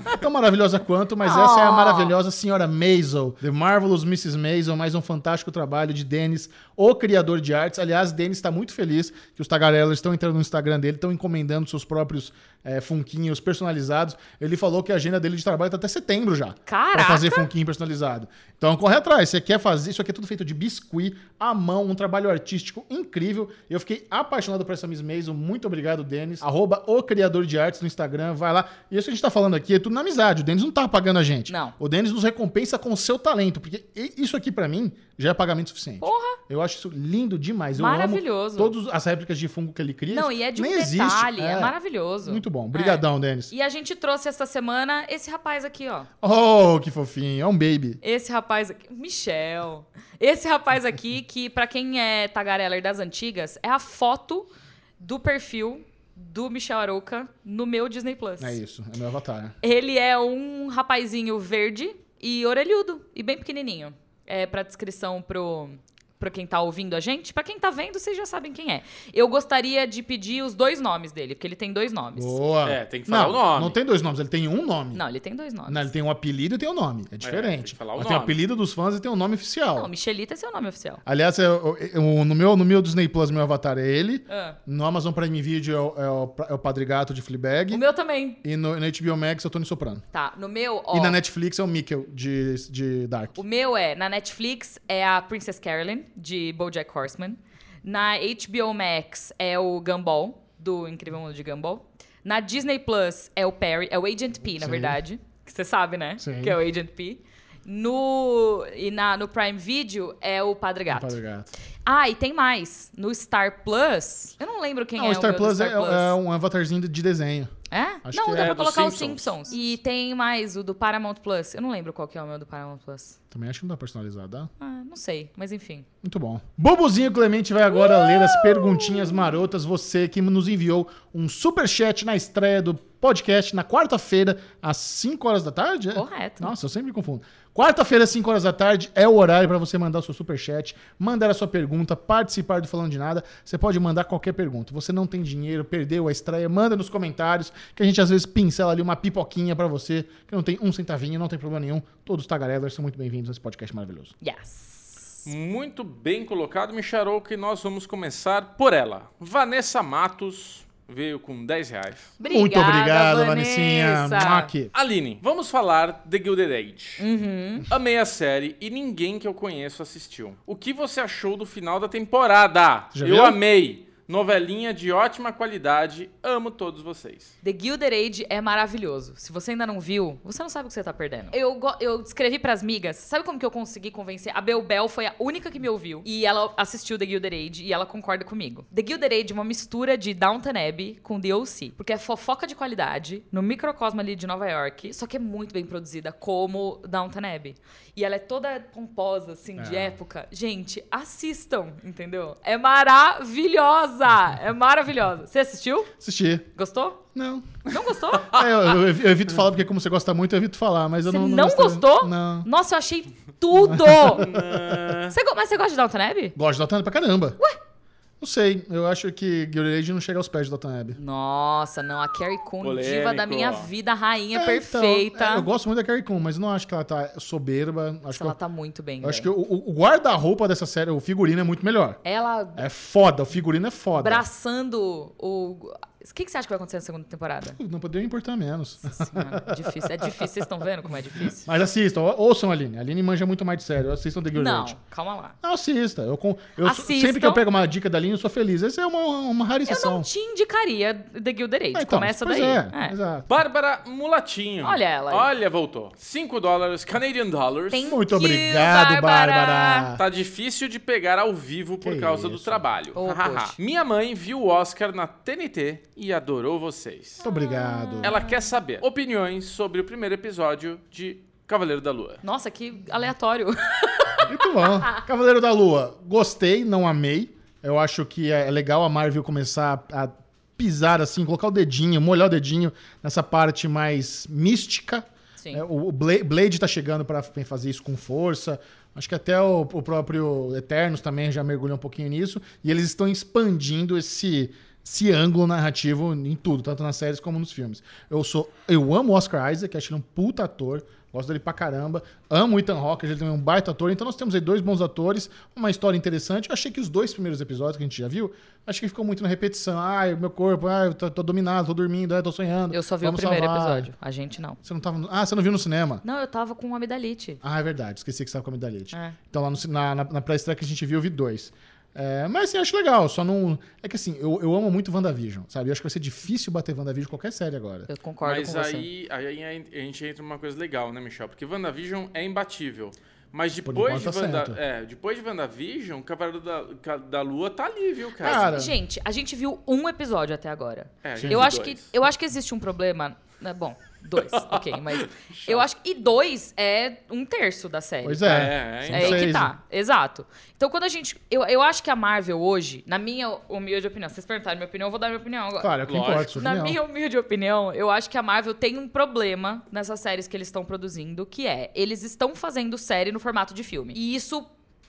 A: Não é tão maravilhosa quanto, mas essa é a maravilhosa senhora Maisel, The Marvelous Mrs. Maisel, mais um fantástico trabalho de Dennis, o criador de artes. Aliás, Dennis está muito feliz que os tagarelas estão entrando no Instagram dele, estão encomendando seus próprios eh, funquinhos personalizados. Ele falou que a agenda dele de trabalho tá até setembro já. Pra
B: Caraca!
A: fazer funquinho personalizado. Então corre atrás. Você quer fazer? Isso aqui é tudo feito de biscuit, à mão, um trabalho artístico incrível. Eu fiquei apaixonado por essa Miss Maisel. Muito obrigado, Denis. Arroba o criador de artes no Instagram. Vai lá. E isso que a gente tá falando aqui é tudo na amizade. O Denis não tá pagando a gente.
B: Não.
A: O Denis nos recompensa com o seu talento. Porque i- isso aqui, pra mim, já é pagamento suficiente.
B: Porra!
A: Eu acho isso lindo demais. Eu
B: Maravilhoso.
A: Amo todas as réplicas de fungo que ele cria.
B: Não, e é de um
A: Nem existe.
B: detalhe, é. maravilhoso. É.
A: Muito bom. Obrigadão, Denis.
B: E a gente trouxe essa semana esse rapaz aqui, ó.
A: Oh, que fofinho. É um baby.
B: Esse rapaz aqui, Michel. Esse rapaz aqui, que pra quem é tagareller das antigas, é a foto do perfil do Michel Arouca no meu Disney Plus.
A: É isso. É meu avatar.
B: Ele é um rapazinho verde e orelhudo e bem pequenininho. É pra descrição pro para quem tá ouvindo a gente, pra quem tá vendo, vocês já sabem quem é. Eu gostaria de pedir os dois nomes dele, porque ele tem dois nomes.
A: Boa.
C: É, tem que falar
A: não,
C: o nome.
A: Não tem dois nomes, ele tem um nome. Não.
B: Não, ele tem dois nomes.
A: ele tem um apelido e tem um nome. É
C: tem
A: diferente.
C: que falar o
A: Mas tem o
C: nome.
A: apelido dos fãs e tem um nome oficial.
B: Não, Michelita é seu nome oficial.
A: Aliás, é, eu- eu- no, meu, no meu Disney Plus, meu avatar é ele.
B: Ah.
A: No Amazon Prime Video é o, é o, é o Padre Gato de Fleabag.
B: O meu também.
A: E no, na HBO Max é o Tony Soprano.
B: Tá, no meu, ó.
A: E na Netflix é o Mikkel de, de Dark.
B: O meu é, na Netflix, é a Princess Carolyn, de BoJack Horseman. Na HBO Max é o Gumball, do Incrível Mundo de Gumball. Na Disney Plus é o Perry, é o Agent P, na
A: Sim.
B: verdade. Que você sabe, né?
A: Sim.
B: Que é o Agent P. No, e na, no Prime Video é o Padre Gato.
A: Padre Gato.
B: Ah, e tem mais. No Star Plus, eu não lembro quem
A: Não,
B: é
A: o Star
B: meu do
A: Plus, é,
B: Star Plus.
A: é um avatarzinho de desenho.
B: É?
A: Acho
B: não,
A: que
B: dá
A: é
B: pra
C: dos
B: colocar os
C: Simpsons.
B: Simpsons. E tem mais o do Paramount Plus. Eu não lembro qual que é o meu do Paramount Plus.
A: Também acho que não dá personalizado, tá? dá?
B: Ah, não sei, mas enfim.
A: Muito bom. Bobozinho Clemente vai agora ler as perguntinhas marotas. Você que nos enviou um superchat na estreia do podcast na quarta-feira, às 5 horas da tarde. é?
B: Correto.
A: Nossa, eu sempre me confundo. Quarta-feira, às 5 horas da tarde, é o horário para você mandar o seu superchat, mandar a sua pergunta, participar do Falando de Nada. Você pode mandar qualquer pergunta. Você não tem dinheiro, perdeu a estreia, manda nos comentários, que a gente às vezes pincela ali uma pipoquinha para você, que não tem um centavinho, não tem problema nenhum. Todos os tagarelers são muito bem-vindos a esse podcast maravilhoso.
B: Yes.
C: Muito bem colocado, Micharouca, e nós vamos começar por ela. Vanessa Matos veio com 10 reais.
A: muito obrigado, Vanessinha. Maqui.
C: Aline, vamos falar de Gilded Age. Amei a série e ninguém que eu conheço assistiu. O que você achou do final da temporada?
A: Já
C: eu
A: viu?
C: amei. Novelinha de ótima qualidade. Amo todos vocês.
B: The Gilded Age é maravilhoso. Se você ainda não viu, você não sabe o que você tá perdendo. Eu, go- eu escrevi pras migas, sabe como que eu consegui convencer? A Belbel foi a única que me ouviu e ela assistiu The Gilded Age e ela concorda comigo. The Gilded Age é uma mistura de Downton Abbey com The O.C., porque é fofoca de qualidade no microcosmo ali de Nova York, só que é muito bem produzida como Downton Abbey. E ela é toda pomposa, assim, de época. Gente, assistam, entendeu? É maravilhosa! É maravilhosa. Você assistiu?
A: Assisti.
B: Gostou?
A: Não.
B: Não gostou?
A: É, eu, eu evi- eu evito falar, porque como você gosta muito, eu evito falar, mas eu
B: Ah. Você
A: não.
B: não,
A: gostei.
B: gostou?
A: Não.
B: Nossa, eu achei tudo! Você go- mas você gosta de um Downton Abbey?
A: Gosto de Dotan Web pra caramba. Ué? Não sei. Eu acho que Gilded Age não chega aos pés de Dotan Web.
B: Nossa, não. A Carrie Coon, diva
C: Polêmico.
B: da minha vida, rainha
A: É,
B: perfeita.
A: então, é, eu gosto muito da Carrie Coon, mas não acho que ela tá soberba. Acho
B: Nossa,
A: que, eu-
B: ela tá muito bem.
A: eu acho que
B: velho.
A: o, o- o guarda-roupa dessa série, o figurino é muito melhor.
B: Ela
A: É foda, o figurino é foda.
B: abraçando o O que, que você acha que vai acontecer na segunda temporada?
A: Não poderia importar menos.
B: Nossa Senhora, difícil. É difícil. Vocês estão vendo como é difícil?
A: Mas assistam, ou- ouçam a Aline. A Aline manja muito mais de sério. Assistam The
B: Não,
A: Gilded.
B: calma lá.
A: Não, assista. Eu, com- eu sou- sempre
B: Assistam.
A: que eu pego uma dica da Aline, eu sou feliz. Essa é uma, uma rara
B: Eu
A: exceção.
B: não te indicaria The Gilded Age.
A: Ah,
B: Começa
A: pois
B: daí.
A: É,
B: É.
A: Exato.
C: Bárbara Mulatinho.
B: Olha ela aí.
C: Olha, voltou. 5 dólares, Canadian dollars.
B: Tem-
A: Muito
B: you,
A: obrigado,
B: Bárbara.
A: Bárbara.
C: Tá difícil de pegar ao vivo por
A: Que
C: causa do
A: isso.
C: trabalho.
B: Oh,
C: Hahaha.
B: poxa.
C: Minha mãe viu o Oscar na TNT e adorou vocês.
A: Muito obrigado.
C: Ela quer saber opiniões sobre o primeiro episódio de Cavaleiro da Lua.
B: Nossa, que aleatório.
A: Muito bom. então Cavaleiro da Lua, gostei, não amei. Eu acho que é legal a Marvel começar a pisar assim, colocar o dedinho, molhar o dedinho nessa parte mais mística.
B: Sim.
A: É, o o Bla- Blade tá chegando pra fazer isso com força. Acho que até o, o próprio Eternos também já mergulhou um pouquinho nisso. E eles estão expandindo esse, esse ângulo narrativo em tudo, tanto nas séries como nos filmes. Eu sou. Eu amo o Oscar Isaac, acho ele um puta ator. Gosto dele pra caramba. Amo o Ethan Hawke, ele também é um baita ator. Então nós temos aí dois bons atores, uma história interessante. Eu achei que os dois primeiros episódios que a gente já viu, acho que ficou muito na repetição. Ai, meu corpo, ai, eu tô, tô dominado, tô dormindo, ai, tô sonhando.
B: Eu só vi
A: Vamos
B: o primeiro
A: salvar.
B: episódio. A gente não.
A: Você não tava. no- Ah, você não viu no cinema?
B: Não, eu tava com amidalite.
A: Ah, é verdade. Esqueci que estava com a amidalite.
B: É.
A: Então lá no, na, na, na pré-estreia que a gente viu, eu vi dois. É, mas assim, acho legal, só não. É que assim, eu, eu amo muito WandaVision, sabe? Eu acho que vai ser difícil bater WandaVision em qualquer série agora.
B: Eu concordo
C: Mas
B: com você.
C: aí, aí a gente entra numa coisa legal, né, Michel? Porque WandaVision é imbatível. Mas
A: enquanto
C: depois de,
A: tá
C: Wanda,
A: certo.
C: é, depois de WandaVision, o Cavaleiro da, Ca- da Lua tá ali, viu,
B: Mas,
C: cara?
A: Cara.
B: gente, a gente viu um episódio até agora.
C: É, a gente
B: eu,
C: viu
B: acho que,
C: dois.
B: eu acho que existe um problema. né, Bom, dois, ok, mas. Eu acho que. E dois é um terço da série.
A: Pois
C: É,
A: é.
C: é,
A: São
B: É aí que
A: seis, né?
B: tá, exato. Então, quando a gente. Eu, eu acho que a Marvel hoje, na minha humilde opinião, vocês perguntaram minha opinião, eu vou dar minha opinião agora.
A: Claro, é o que
C: Lógico.
A: importa. sua
B: Na
A: opinião.
B: minha humilde opinião, eu acho que a Marvel tem um problema nessas séries que eles estão produzindo, que é eles estão fazendo série no formato de filme. E isso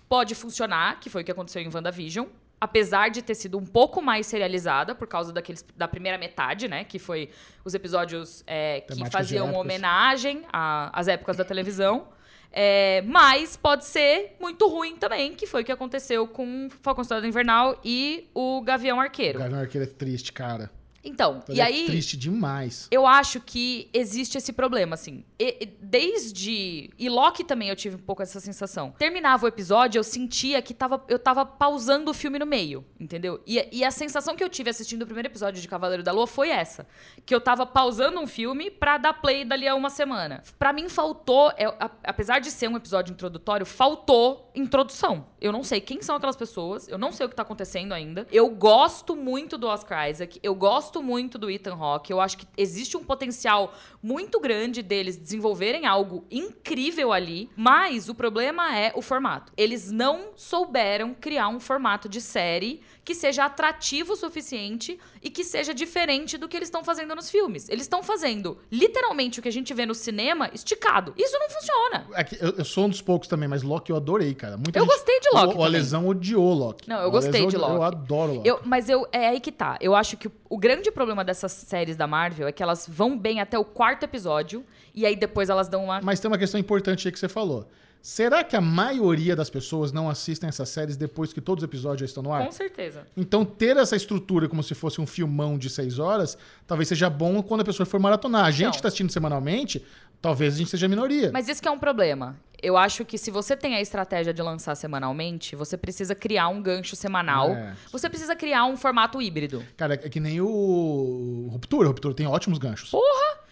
B: pode funcionar, que foi o que aconteceu em WandaVision. Apesar de ter sido um pouco mais serializada, por causa daqueles, da primeira metade, né? Que foi os episódios é, que
A: Temáticas
B: faziam
A: e épocas.
B: homenagem a- às épocas da televisão. É, mas pode ser muito ruim também, que foi o que aconteceu com Falcão Estado Invernal e o Gavião
A: O
B: Arqueiro.
A: Gavião Arqueiro é triste, cara.
B: Então,
A: Ele
B: e
A: é
B: aí.
A: Triste demais.
B: Eu acho que existe esse problema, assim. E- e- desde. E Loki também eu tive um pouco essa sensação. Terminava o episódio, eu sentia que tava, eu tava pausando o filme no meio, entendeu? E, e a sensação que eu tive assistindo o primeiro episódio de Cavaleiro da Lua foi essa: que eu tava pausando um filme pra dar play dali a uma semana. Pra mim faltou, é, a- apesar de ser um episódio introdutório, faltou introdução. Eu não sei quem são aquelas pessoas, eu não sei o que tá acontecendo ainda. Eu gosto muito do Oscar Isaac, eu gosto muito do Ethan Hawke, eu acho que existe um potencial muito grande deles desenvolverem algo incrível ali, mas o problema é o formato. Eles não souberam criar um formato de série que seja atrativo o suficiente e que seja diferente do que eles estão fazendo nos filmes. Eles estão fazendo literalmente o que a gente vê no cinema esticado. Isso não funciona.
A: É que eu, eu sou um dos poucos também, mas Loki eu adorei, cara. Muita
B: Eu
A: Então, gente-
B: gostei de Loki
A: O, o
B: também.
A: Alesão odiou Loki.
B: Não, eu
A: O
B: gostei
A: Alesão
B: de
A: odiou- Eu
B: Loki.
A: adoro Loki.
B: Eu- mas eu, é aí que tá. Eu acho que o, o grande problema dessas séries da Marvel é que elas vão bem até o quarto episódio e aí depois elas dão uma.
A: Mas tem uma questão importante aí que você falou. Será que a maioria das pessoas não assistem essas séries depois que todos os episódios já estão no ar?
B: Com certeza.
A: Então, ter essa estrutura como se fosse um filmão de seis horas, talvez seja bom quando a pessoa for maratonar. A gente
B: Então.
A: que está assistindo semanalmente, talvez a gente seja minoria.
B: Mas isso que é um problema. Eu acho que se você tem a estratégia de lançar semanalmente, você precisa criar um gancho semanal.
A: É.
B: Você precisa criar um formato híbrido.
A: Cara, é que nem o Ruptura. Ruptura tem ótimos ganchos.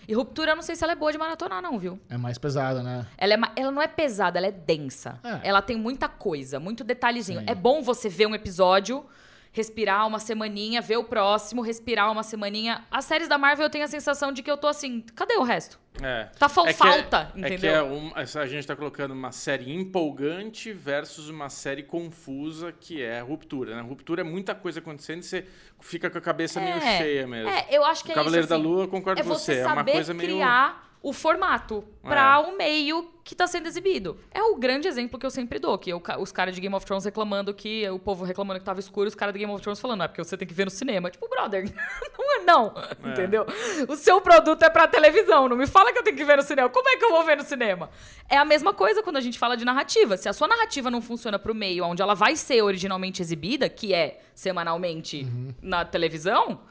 B: E ruptura, eu não sei se ela é boa de maratonar, não, viu?
A: É mais pesada, né?
B: Ela, é ma- ela não é pesada, ela é densa.
A: É.
B: Ela tem muita coisa, muito detalhezinho.
A: Sim.
B: É bom você ver um episódio, respirar uma semaninha, ver o próximo, respirar uma semaninha. As séries da Marvel eu tenho a sensação de que eu tô assim, cadê o resto?
C: É.
B: Tá fal-
C: É que é-
B: falta,
C: É que
B: entendeu?
C: é um- essa- a gente tá colocando uma série empolgante versus uma série confusa, que é a ruptura. Né? Ruptura é muita coisa acontecendo e você fica com a cabeça meio
B: É,
C: cheia mesmo.
B: É, eu acho que
C: o
B: é
C: Cavaleiro
B: isso,
C: da
B: assim.
C: Lua, eu concordo
B: é
C: com você.
B: você
C: é uma
B: saber
C: coisa meio.
B: criar o formato
C: É.
B: pra o meio que tá sendo exibido. É o grande exemplo que eu sempre dou, que eu ca- os caras de Game of Thrones reclamando que o povo reclamando que tava escuro, os caras de Game of Thrones falando, ah, porque você tem que ver no cinema. Tipo, brother, não é não, entendeu? O seu produto é pra televisão, não me fala que eu tenho que ver no cinema. Como é que eu vou ver no cinema? É a mesma coisa quando a gente fala de narrativa. Se a sua narrativa não funciona pro meio onde ela vai ser originalmente exibida, que é semanalmente na televisão,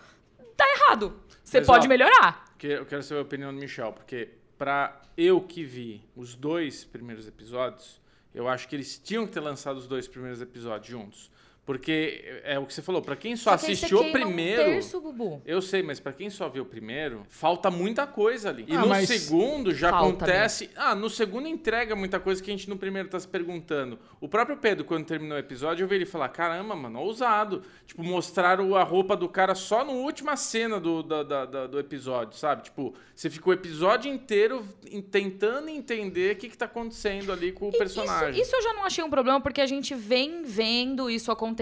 B: tá errado. Você
C: Mas,
B: pode
C: ó,
B: melhorar.
C: Que- Eu quero saber a opinião do Michel, porque pra eu que vi os dois primeiros episódios, eu acho que eles tinham que ter lançado os dois primeiros episódios juntos. Porque é o que você falou, pra quem só,
B: Só que aí você
C: assistiu o
B: queima
C: primeiro.
B: Um terço, Bubu.
C: Eu sei, mas pra quem só viu o primeiro, falta muita coisa ali. E
A: Ah,
C: no
A: mas-
C: segundo já
B: Falta
C: acontece. Ah, no segundo entrega muita coisa que a gente no primeiro tá se perguntando. O próprio Pedro, quando terminou o episódio, eu vi ele falar: caramba, mano, ousado. Tipo, mostraram a roupa do cara só na última cena do, da- da- da- do episódio, sabe? Tipo, você ficou o episódio inteiro em- tentando entender o que, que tá acontecendo ali com o
B: E
C: personagem.
B: Isso, isso eu já não achei um problema, porque a gente vem vendo isso acontecendo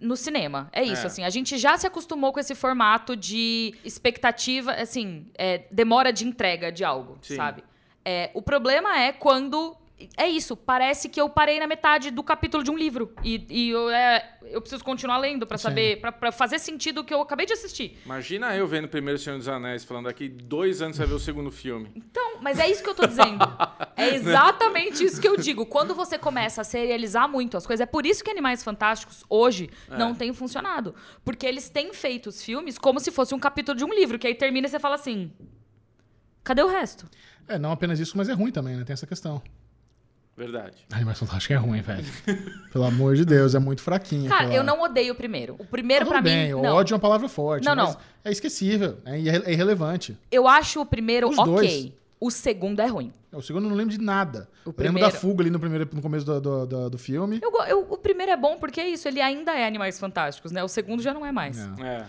B: no cinema. É isso,
C: É.
B: assim. A gente já se acostumou com esse formato de expectativa, assim, é, demora de entrega de algo,
C: Sim.
B: sabe? É, o problema é quando. É isso, parece que eu parei na metade do capítulo de um livro. E, e eu, é, eu preciso continuar lendo pra
A: Sim.
B: saber, pra- pra fazer sentido o que eu acabei de assistir.
C: Imagina eu vendo o primeiro Senhor dos Anéis, falando daqui dois anos você vai ver o segundo filme.
B: Então, mas é isso que eu tô dizendo. É exatamente isso que eu digo. Quando você começa a serializar muito as coisas, é por isso que Animais Fantásticos hoje não tem funcionado. Porque eles têm feito os filmes como se fosse um capítulo de um livro, que aí termina e você fala assim: cadê o resto?
A: É, não apenas isso, mas é ruim também, né? Tem essa questão.
C: Verdade.
A: Animais Fantásticos é ruim, velho. Pelo amor de Deus, é muito fraquinho.
B: Cara,
A: aquela-
B: eu não odeio o primeiro. O primeiro,
A: Tudo
B: pra
A: bem,
B: mim.
A: o
B: não.
A: ódio é uma palavra forte.
B: Não,
A: mas
B: não.
A: É esquecível, é, irre- é irrelevante.
B: Eu acho o primeiro
A: Os
B: ok.
A: dois.
B: O segundo é ruim.
A: O segundo eu não lembro de nada.
B: O
A: eu lembro da
B: primeiro-
A: fuga ali no, primeiro, no começo do, do, do- do filme.
B: Eu go- eu- o primeiro é bom porque é isso, ele ainda é Animais Fantásticos, né? O segundo já não é mais.
A: Não.
C: É.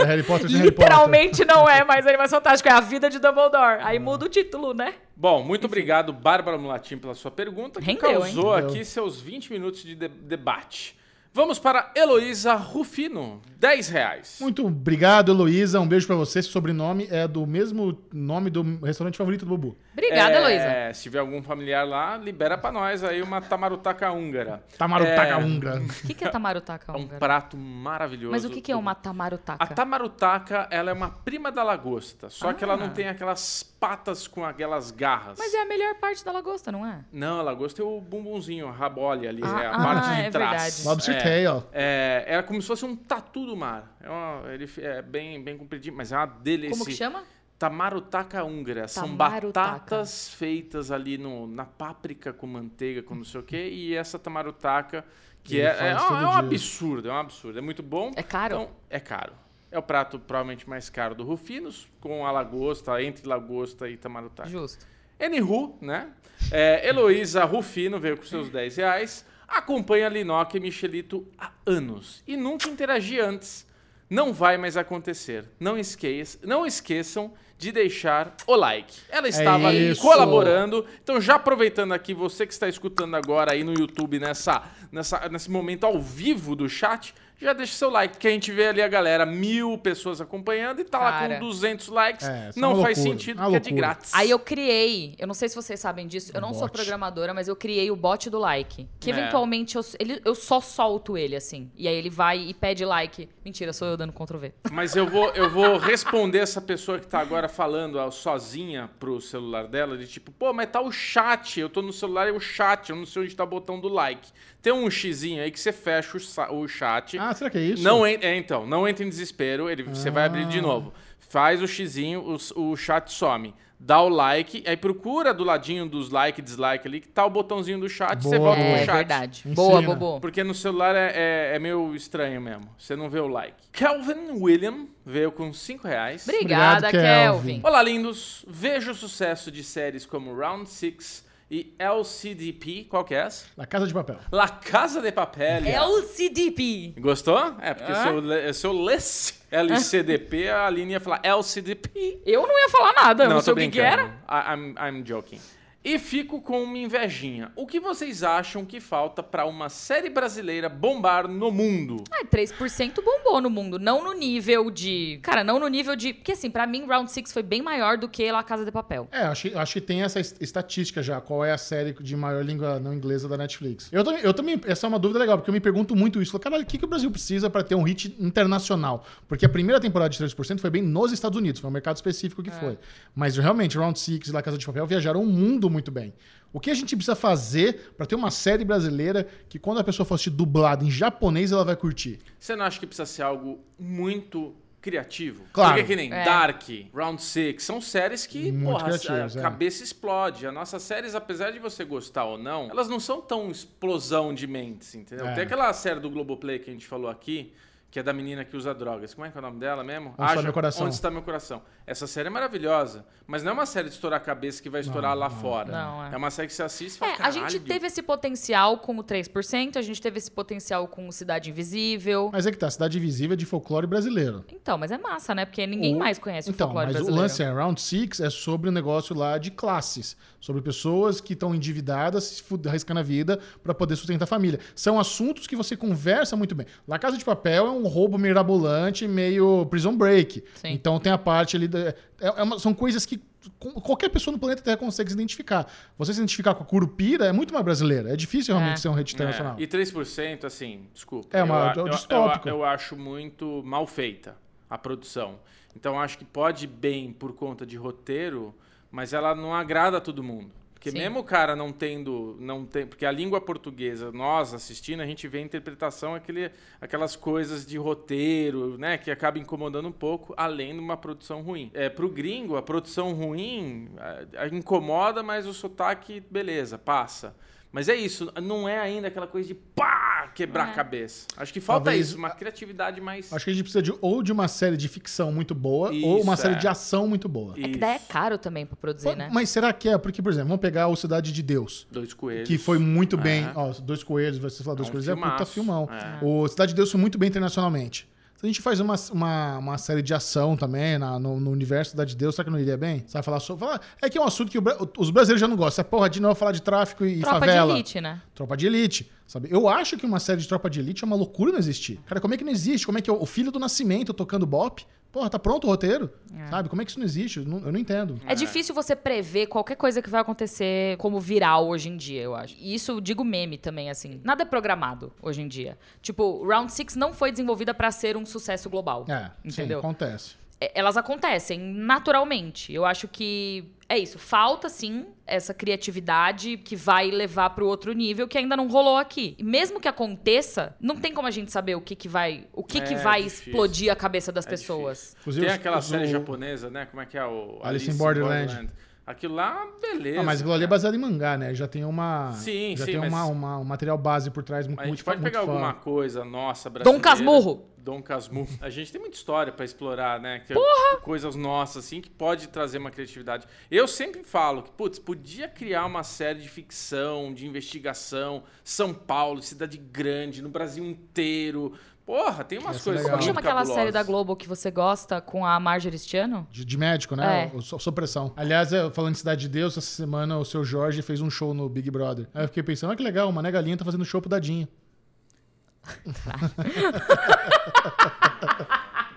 A: É Harry Potter sem Harry Potter.
B: Literalmente não é mais Animais Fantásticos, é a vida de Dumbledore.
A: Ah.
B: Aí muda o título, né?
C: Bom, muito obrigado, Bárbara Mulatim, pela sua pergunta, que
B: Rendeu, hein?
C: causou
A: Rendeu.
C: aqui seus 20 minutos de, de- debate. Vamos para Heloísa Rufino, 10 reais.
A: Muito obrigado, Heloísa. Um beijo pra você. Esse sobrenome é do mesmo nome do restaurante favorito do Bubu.
B: Obrigada,
C: É,
B: Heloísa.
C: Se tiver algum familiar lá, libera pra nós aí uma tamarutaca húngara.
A: Tamarutaca
C: É.
A: Ungra.
B: O que, que é tamarutaca,
C: É um
B: húngara?
C: prato maravilhoso.
B: Mas o que, que é
C: do-
B: uma
C: A
B: tamarutaca?
C: tamarutaca, ela é uma prima da lagosta, só que ela não
B: Ah.
C: tem aquelas patas com aquelas garras.
B: Mas é a melhor parte da lagosta, não é?
C: Não, a lagosta é o bumbumzinho, a rabolha ali,
B: Ah,
C: é a
B: ah,
C: parte de
B: é
C: trás.
B: verdade.
A: Lobster
C: É.
A: Tail.
C: É, era como se fosse um tatu do mar. É uma- ele f- é bem, bem compridinho, mas é uma delícia.
B: Como que chama?
C: Tamarutaca húngara. São
B: Tamarutaca.
C: batatas feitas ali no, na páprica com manteiga, com não sei o quê. E essa tamarutaca, que
A: Ele
C: é,
A: faz
C: é, um-
A: todo
C: é um
A: dia.
C: absurdo, é um absurdo. É muito bom.
B: É caro?
C: Então, é caro. É o prato provavelmente mais caro do Rufinos, com a lagosta, entre lagosta e tamarutaca.
B: Justo.
C: Anywho, né? É, Heloísa Rufino veio com seus 10 reais. Acompanha Linoca e Michelito há anos e nunca interagi antes. Não vai mais acontecer. Não, esqueça, não esqueçam de deixar o like. Ela estava ali
A: É isso.
C: colaborando. Então, já aproveitando aqui, você que está escutando agora aí no YouTube, nessa, nessa- nesse momento ao vivo do chat, já deixa seu like, porque a gente vê ali a galera, mil pessoas acompanhando e tá lá
B: Cara.
C: com 200 likes.
A: É, isso é
C: não
A: uma
C: faz
A: loucura,
C: sentido,
A: uma
C: porque é de
A: loucura.
C: grátis.
B: Aí eu criei, eu não sei se vocês sabem disso, eu não sou
A: Bot.
B: programadora, mas eu criei o bot do like. Que
C: É.
B: eventualmente eu, ele- eu só solto ele, assim. E aí ele vai e pede like. Mentira, sou eu dando Ctrl V.
C: Mas eu vou, eu vou responder essa pessoa que tá agora falando ó, sozinha pro celular dela, de tipo, pô, mas tá o chat, eu tô no celular e o chat, eu não sei onde tá o botão do like. Tem um xizinho aí que você fecha o, sa- o chat.
A: Ah, será que é isso?
C: não en- é, então, não entra em desespero, ele, você vai abrir de
A: Ah.
C: novo. Faz o xizinho, o, s- o chat some. Dá o like, aí procura do ladinho dos like e dislike ali, que tá o botãozinho do chat, você
A: Boa.
C: volta pro
B: É
C: chat.
B: verdade.
A: Ensina.
B: Boa, Bobo.
C: Porque no celular é, é- é meio estranho mesmo. Você não vê o like. Kelvin William veio com 5 reais.
B: Obrigada,
A: Obrigado, Kelvin.
B: Kelvin.
C: Olá, lindos. Vejo o sucesso de séries como Round 6 e LCDP. Qual que é essa?
A: Na Casa de Papel.
C: La Casa de Papel.
B: É o CDP.
C: Gostou? É, porque
B: Ah.
C: se eu, le- se eu lesse LCDP, a Aline ia falar LCDP.
B: Eu não ia falar nada, eu não,
C: eu
B: sei o que, que era.
C: I- I'm, I'm joking. E fico com uma invejinha. O que vocês acham que falta pra uma série brasileira bombar no mundo?
B: Ah, 3% bombou no mundo. Não no nível de. Cara, não no nível de. Porque assim, pra mim, Round Six foi bem maior do que La Casa de Papel.
A: É, acho, que- acho que tem essa est- estatística já. Qual é a série de maior língua não inglesa da Netflix? Eu também, eu também. Essa é uma dúvida legal, porque eu me pergunto muito isso. Falo, Caralho, o que, que o Brasil precisa pra ter um hit internacional? Porque a primeira temporada de 3% foi bem nos Estados Unidos, foi um mercado específico que foi. Mas realmente, Round Six e La Casa de Papel viajaram o mundo muito bem. O que a gente precisa fazer pra ter uma série brasileira que, quando a pessoa for assistir dublada em japonês, ela vai curtir?
C: Você não acha que precisa ser algo muito criativo.
A: Claro.
C: Porque que nem
B: É.
C: Dark, Round Six são séries que,
A: Muito
C: porra,
A: criativas,
C: a
A: é.
C: cabeça explode. As nossas séries, apesar de você gostar ou não, elas não são tão explosão de mentes, entendeu?
A: É.
C: Tem aquela série do Globoplay que a gente falou aqui, que é da menina que usa drogas. Como é que é o nome dela mesmo?
A: Onde Está
C: Haja-
A: Meu Coração.
C: Onde está meu coração. Essa série é maravilhosa, mas não é uma série de estourar a cabeça que vai estourar lá fora.
B: Não, é.
C: é. uma série que você assiste e fala,
B: É, a gente
C: "Caralho".
B: teve esse potencial com o 3%, a gente teve esse potencial com o Cidade Invisível.
A: Mas é que tá, Cidade Invisível é de folclore brasileiro.
B: Então, mas é massa, né? Porque ninguém
A: O-
B: mais conhece
A: Então,
B: o folclore
A: mas
B: brasileiro.
A: o lance é Round Six é sobre o negócio lá de classes, sobre pessoas que estão endividadas, se fu- arriscando a vida para poder sustentar a família. São assuntos que você conversa muito bem. La Casa de Papel é um roubo mirabolante, meio Prison Break.
B: Sim.
A: Então tem a parte ali da- é- é uma- são coisas que com- qualquer pessoa no planeta Terra consegue se identificar. Você se identificar com a Curupira é muito mais brasileira. É difícil realmente
B: É.
A: ser um hit internacional.
C: É, E 3%, assim, desculpa.
A: É, uma-
C: eu,
A: é
C: eu,
A: distópico.
C: eu- eu acho muito mal feita a produção. Então acho que pode ir bem por conta de roteiro, mas ela não agrada a todo mundo. Porque
B: Sim.
C: mesmo o cara não tendo. Não tem, porque a língua portuguesa, nós assistindo, a gente vê a interpretação, aquele, aquelas coisas de roteiro, né? Que acaba incomodando um pouco, além de uma produção ruim. É, pro gringo, a produção ruim ah, incomoda, mas o sotaque, beleza, passa. Mas é isso, não é ainda aquela coisa de pá, quebrar
B: É.
C: a cabeça. Acho que falta
A: Talvez-
C: isso, uma criatividade mais.
A: Acho que a gente precisa de ou de uma série de ficção muito boa ou
C: Isso,
A: uma série
C: é.
A: de ação muito boa.
B: É que daí é caro também pra produzir, né?
A: Mas será que é? Porque, por exemplo, vamos pegar o Cidade de Deus.
C: Dois coelhos.
A: Que foi muito
C: É.
A: bem. Ó, Dois Coelhos, você falar Dois
C: É um
A: Coelhos, é puta
C: filmaço.
A: filmão.
C: É.
A: O Cidade de Deus foi muito bem internacionalmente. Se a gente faz uma, uma, uma série de ação também na- no, no universo Cidade de Deus, será que não iria bem? Sabe falar sobre. Falar, é que é um assunto que o Bra- os brasileiros já não gostam. Essa porra de novo falar de tráfico e
B: Tropa
A: favela.
B: de elite, né?
A: Tropa de Elite, sabe? Eu acho que uma série de Tropa de Elite é uma loucura não existir. Cara, como é que não existe? Como é que o o filho do Nascimento tocando bop? Porra, tá pronto o roteiro? Sabe? Como é que isso não existe? Eu não, eu não entendo.
B: É difícil você prever qualquer coisa que vai acontecer como viral hoje em dia, eu acho. E isso eu digo meme também, assim. Nada é programado hoje em dia. Tipo, Round Six não foi desenvolvida pra ser um sucesso global.
A: É,
B: Entendeu?
A: sim, acontece.
B: É, Elas acontecem naturalmente. Eu acho que é isso. Falta, sim, essa criatividade que vai levar pro outro nível que ainda não rolou aqui. E mesmo que aconteça, não tem como a gente saber o que, que vai, o que que
C: É
B: vai
C: difícil.
B: explodir a cabeça das
C: É
B: pessoas.
C: difícil.
A: Inclusive,
C: Tem
A: os-
C: aquela
A: os-
C: série
A: o-
C: japonesa, né? Como é que é o.
A: Alice in Borderland.
C: Aquilo lá, beleza.
A: Ah, mas aquilo ali é
C: cara.
A: baseado em mangá, né? Já tem uma.
C: Sim,
A: já
C: sim,
A: tem uma,
C: mas-
A: uma- um material base por trás muito,
C: A gente
A: muito,
C: pode
A: tá muito
C: pegar
A: fã.
C: alguma coisa nossa brasileira.
B: um Casmurro.
C: Dom Casmurro. A gente tem muita história pra explorar, né? Que Porra! Coisas nossas, assim, que pode trazer uma criatividade. Eu sempre falo que, putz, podia criar uma série de ficção, de investigação, São Paulo, cidade grande, no Brasil inteiro. Porra, tem umas
A: Ia ser
C: coisas
A: legal.
B: Como que chama
C: muito
B: aquela
C: cabulosas.
B: série da Globo que você gosta com a Marjorie Stiano?
A: De, de médico, né?
B: É.
A: O- so- Supressão. Aliás, eu- falando de Cidade de Deus, essa semana o seu Jorge fez um show no Big Brother. Aí eu fiquei pensando, ah, que legal, uma nega linha tá fazendo show pro Dadinho.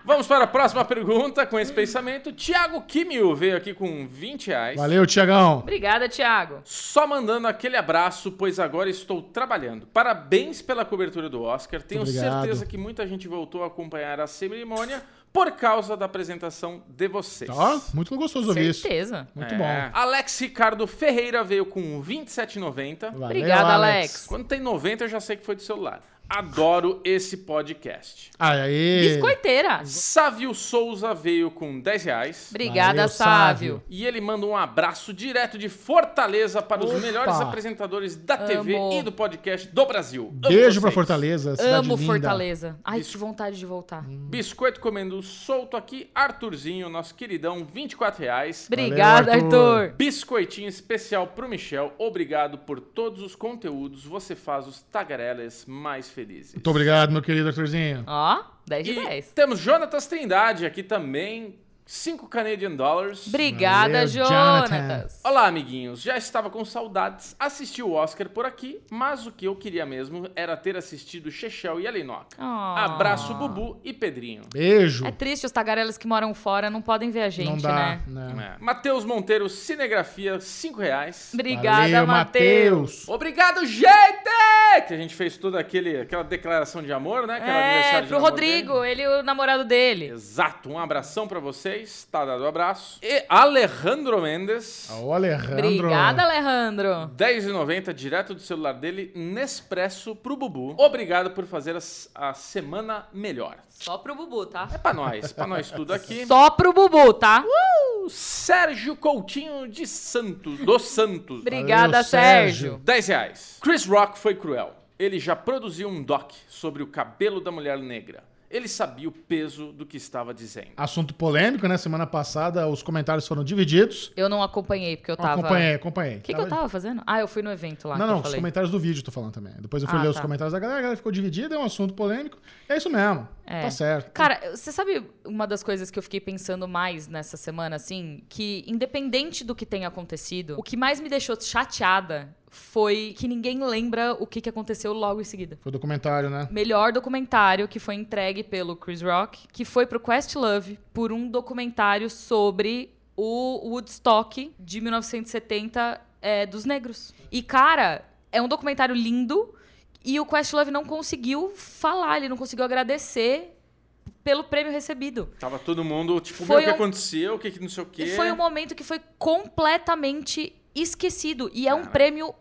C: Vamos para a próxima pergunta com esse pensamento. Thiago Kimil veio aqui com 20 reais.
A: Valeu, Tiagão.
B: Obrigada, Thiago.
C: Só mandando aquele abraço, pois agora estou trabalhando. Parabéns pela cobertura do Oscar. Tenho
A: Muito obrigado.
C: certeza que muita gente voltou a acompanhar a cerimônia por causa da apresentação de vocês.
A: Ó, muito gostoso ouvir isso.
B: Certeza.
A: Muito
C: É.
A: bom.
C: Alex Ricardo Ferreira veio com um 27,90.
A: Valeu,
B: Obrigada, Alex.
C: Quando tem 90, eu já sei que foi do celular. Adoro esse podcast.
A: Ai, Aê.
B: Biscoiteira.
C: Sávio Souza veio com 10 reais.
B: Obrigada,
A: Valeu, Sávio.
B: Sávio.
C: E ele manda um abraço direto de Fortaleza para os
A: Opa!
C: melhores apresentadores da
B: Amo.
C: TV e do podcast do Brasil. Amo
A: Beijo pra
C: vocês.
A: Fortaleza, cidade
B: Amo
A: linda.
B: Fortaleza. Ai,
C: Isso.
B: que vontade de voltar.
A: Hum,
C: Biscoito comendo solto aqui, Arthurzinho, nosso queridão, R$ 24 reais.
B: Obrigada,
A: Valeu,
B: Arthur.
A: Arthur.
C: Biscoitinho especial pro Michel. Obrigado por todos os conteúdos. Você faz os tagarelas mais felizes.
A: Muito obrigado, meu querido Arthurzinho.
B: Ó, 10 de
C: E
B: 10.
C: temos Jonatas Trindade aqui também, 5 Canadian Dollars.
B: Obrigada,
A: Valeu,
B: Jonatas.
C: Olá, amiguinhos. Já estava com saudades, assisti o Oscar por aqui, mas o que eu queria mesmo era ter assistido Chechel e a Lenoca.
B: Ah.
C: Abraço, Bubu e Pedrinho.
A: Beijo.
B: É triste, os tagarelas que moram fora não podem ver a gente,
A: Não dá,
B: né?
A: né?
C: É. Matheus Monteiro, Cinegrafia, 5 reais.
B: Obrigada,
A: Valeu,
B: Matheus.
A: Matheus.
C: Obrigado, gente! É, que a gente fez toda aquele, aquela declaração de amor, né? Aquela
B: É,
C: aniversário de
B: pro
C: namoro
B: Rodrigo, ele
C: dele.
B: e o namorado dele.
C: Exato, um abração pra vocês, tá dado o abraço. E Alejandro Mendes,
A: Ô, Alejandro.
B: Obrigada, Alejandro.
C: 10,90 direto do celular dele, Nespresso pro Bubu. Obrigado por fazer as- a, semana melhor.
B: Só pro Bubu, tá?
C: É pra nós, pra nós tudo aqui.
B: Só pro Bubu, tá?
C: O Sérgio Coutinho de Santos, dos Santos.
B: Obrigada,
A: Valeu, Sérgio.
B: Sérgio.
C: 10 reais. Chris Rock foi cruel. Ele já produziu um doc sobre o cabelo da mulher negra. Ele sabia o peso do que estava dizendo.
A: Assunto polêmico, né? Semana passada os comentários foram divididos.
B: Eu não acompanhei, porque eu tava.
A: Acompanhei, acompanhei.
B: O que, que eu tava fazendo? Ah, eu fui no evento lá.
A: Não,
B: que
A: não,
B: eu
A: os
B: falei.
A: comentários do vídeo tô falando também. Depois eu fui
B: Ah,
A: ler os
B: tá.
A: comentários da galera, a galera ficou dividida, é um assunto polêmico. É isso mesmo.
B: É.
A: Tá certo.
B: Cara, você sabe uma das coisas que eu fiquei pensando mais nessa semana, assim? Que independente do que tenha acontecido, o que mais me deixou chateada foi que ninguém lembra o que, que aconteceu logo em seguida.
A: Foi o documentário, né?
B: Melhor documentário que foi entregue pelo Chris Rock, que foi pro Questlove por um documentário sobre o Woodstock de 1970 é, dos negros. E, cara, é um documentário lindo e o Questlove não conseguiu falar, ele não conseguiu agradecer pelo prêmio recebido.
C: Tava todo mundo, tipo,
B: Foi
C: meu, o que
B: um-
C: aconteceu, o que, que não sei o quê.
B: E foi um momento que foi completamente esquecido. E é um prêmio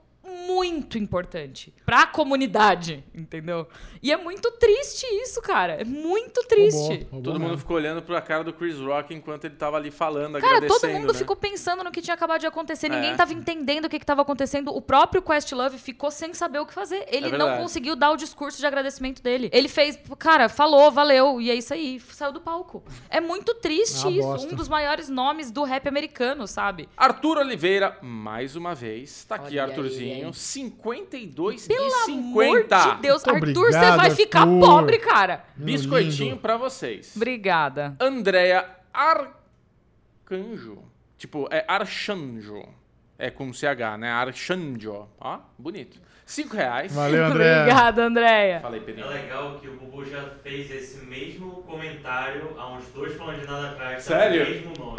B: muito importante pra comunidade, entendeu? E é muito triste isso, cara. É muito triste.
A: Roubou, roubou
C: Todo mundo
A: mesmo.
C: ficou olhando pra cara do Chris Rock enquanto ele tava ali falando,
B: Cara,
C: agradecendo.
B: todo mundo
C: né?
B: ficou pensando no que tinha acabado de acontecer. Ninguém
C: É.
B: tava entendendo o que, que tava acontecendo. O próprio Questlove ficou sem saber o que fazer. Ele não
C: É verdade.
B: conseguiu dar o discurso de agradecimento dele. Ele fez, cara, falou, valeu, e é isso aí. Saiu do palco. É muito triste
A: Ah,
B: isso.
A: bosta.
B: Um dos maiores nomes do rap americano, sabe?
C: Arthur Oliveira, mais uma vez. Tá aqui,
B: Olha aí,
C: Arthurzinho.
B: hein?
C: 52
B: Pelo
C: e
B: amor
C: 50.
B: de Deus,
A: Muito
B: Arthur, você
A: obrigado,
B: vai ficar
A: Arthur.
B: pobre, cara.
A: Menino
C: Biscoitinho
A: lindo.
C: pra vocês.
B: Obrigada.
C: Andréa Arcanjo. Tipo, é Archanjo. É com CH, né? Archanjo. Ó, bonito. Cinco reais.
A: Valeu, André.
B: Obrigada, Andréia.
C: Falei,
D: É
C: Pedrinho.
D: legal que o Bubu já fez esse mesmo comentário há uns dois planadinhos atrás. tá com
C: Sério?
D: O mesmo nome.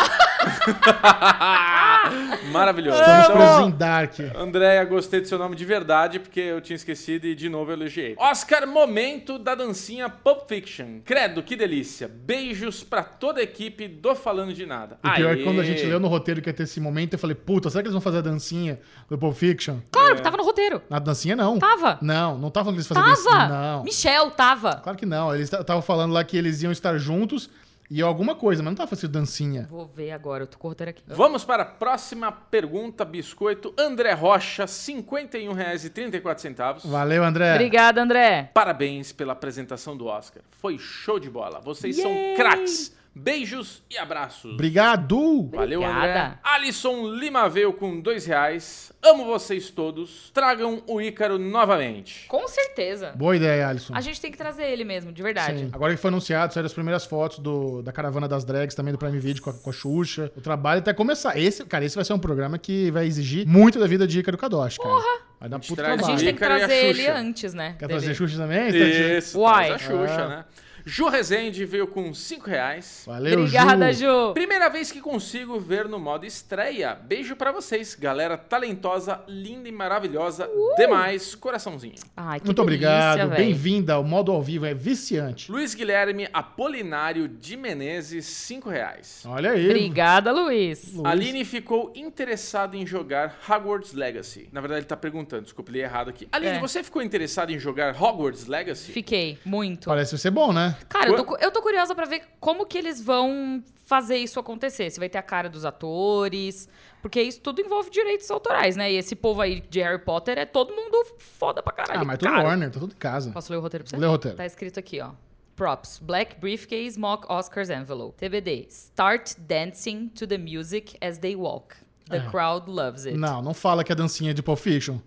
C: Maravilhoso.
A: Estamos
C: Então,
A: presos em Dark.
C: Andréia, gostei do seu nome de verdade, porque eu tinha esquecido e de novo eu elogiei. Oscar, momento da dancinha Pulp Fiction. Credo, que delícia. Beijos pra toda a equipe do Falando de Nada.
A: E pior é
C: Aê.
A: que quando a gente leu no roteiro que ia ter esse momento, eu falei, puta, será que eles vão fazer a dancinha do Pulp Fiction?
B: Claro
C: É.
B: que tava no roteiro.
A: Na dancinha, não.
B: Tava.
A: Não, não tava falando que eles faziam dancinha,
B: Tava.
A: não.
B: Michel, tava.
A: Claro que não. Eles estavam falando lá que eles iam estar juntos e alguma coisa, mas não tava fazendo dancinha.
B: Vou ver agora, eu tô com o roteiro aqui.
C: Vamos para a próxima pergunta, biscoito. André Rocha, um R$ 51,34.
A: Valeu, André.
B: Obrigada, André.
C: Parabéns pela apresentação do Oscar. Foi show de bola. Vocês
B: Yay!
C: são craques. Beijos e abraços.
A: Obrigado.
C: Valeu,
B: Obrigada.
C: André. Alisson Lima veio com dois reais. Amo vocês todos. Tragam o Ícaro novamente.
B: Com certeza.
A: Boa ideia, Alisson.
B: A gente tem que trazer ele mesmo, de verdade.
A: Hum. Sim. Agora que foi anunciado, saíram as primeiras fotos do- da caravana das drags, também do Prime Video com a, com a Xuxa. O trabalho até começar. Esse, cara, esse vai ser um programa que vai exigir muito da vida de Ícaro Kadosh, cara. Porra! Vai dar
C: A gente
A: puto
C: traz
B: A
A: trabalho.
B: gente tem que
C: Ícaro e a
B: trazer ele
C: Xuxa.
B: antes, né?
A: Quer
B: dele.
A: trazer Xuxa também? Então,
C: Isso,
B: Uai.
C: traz a Xuxa,
A: Ah.
C: né? Ju Rezende veio com cinco reais.
A: Valeu,
B: Obrigada,
A: Ju.
B: Ju.
C: Primeira vez que consigo ver no modo estreia. Beijo pra vocês, galera talentosa, linda e maravilhosa.
B: Uh!
C: Demais, coraçãozinho.
B: Ai, que
A: Muito
B: delícia,
A: obrigado.
B: véi.
A: Bem-vinda ao modo ao vivo. É viciante.
C: Luiz Guilherme Apolinário de Menezes, 5 reais.
A: Olha aí.
B: Obrigada, Luiz.
A: Luiz.
C: Aline ficou interessada em jogar Hogwarts Legacy. Na verdade, ele tá perguntando, desculpa, li errado aqui. Aline,
B: É.
C: você ficou interessada em jogar Hogwarts Legacy?
B: Fiquei muito.
A: Parece ser bom, né?
B: Cara, eu tô, cu- eu tô curiosa pra ver como que eles vão fazer isso acontecer. Se vai ter a cara dos atores, porque isso tudo envolve direitos autorais, né? E esse povo aí de Harry Potter é todo mundo foda pra caralho.
A: Ah, mas tudo
B: cara.
A: Warner, tá tudo em casa.
B: Posso ler o roteiro pra você?
A: Lê o roteiro.
B: Tá escrito aqui, ó. Props. Black Briefcase Mock Oscars Envelope. TBD. Start dancing to the music as they walk. The crowd loves it.
A: Ah. Não, não fala que é dancinha de Pulp Fiction.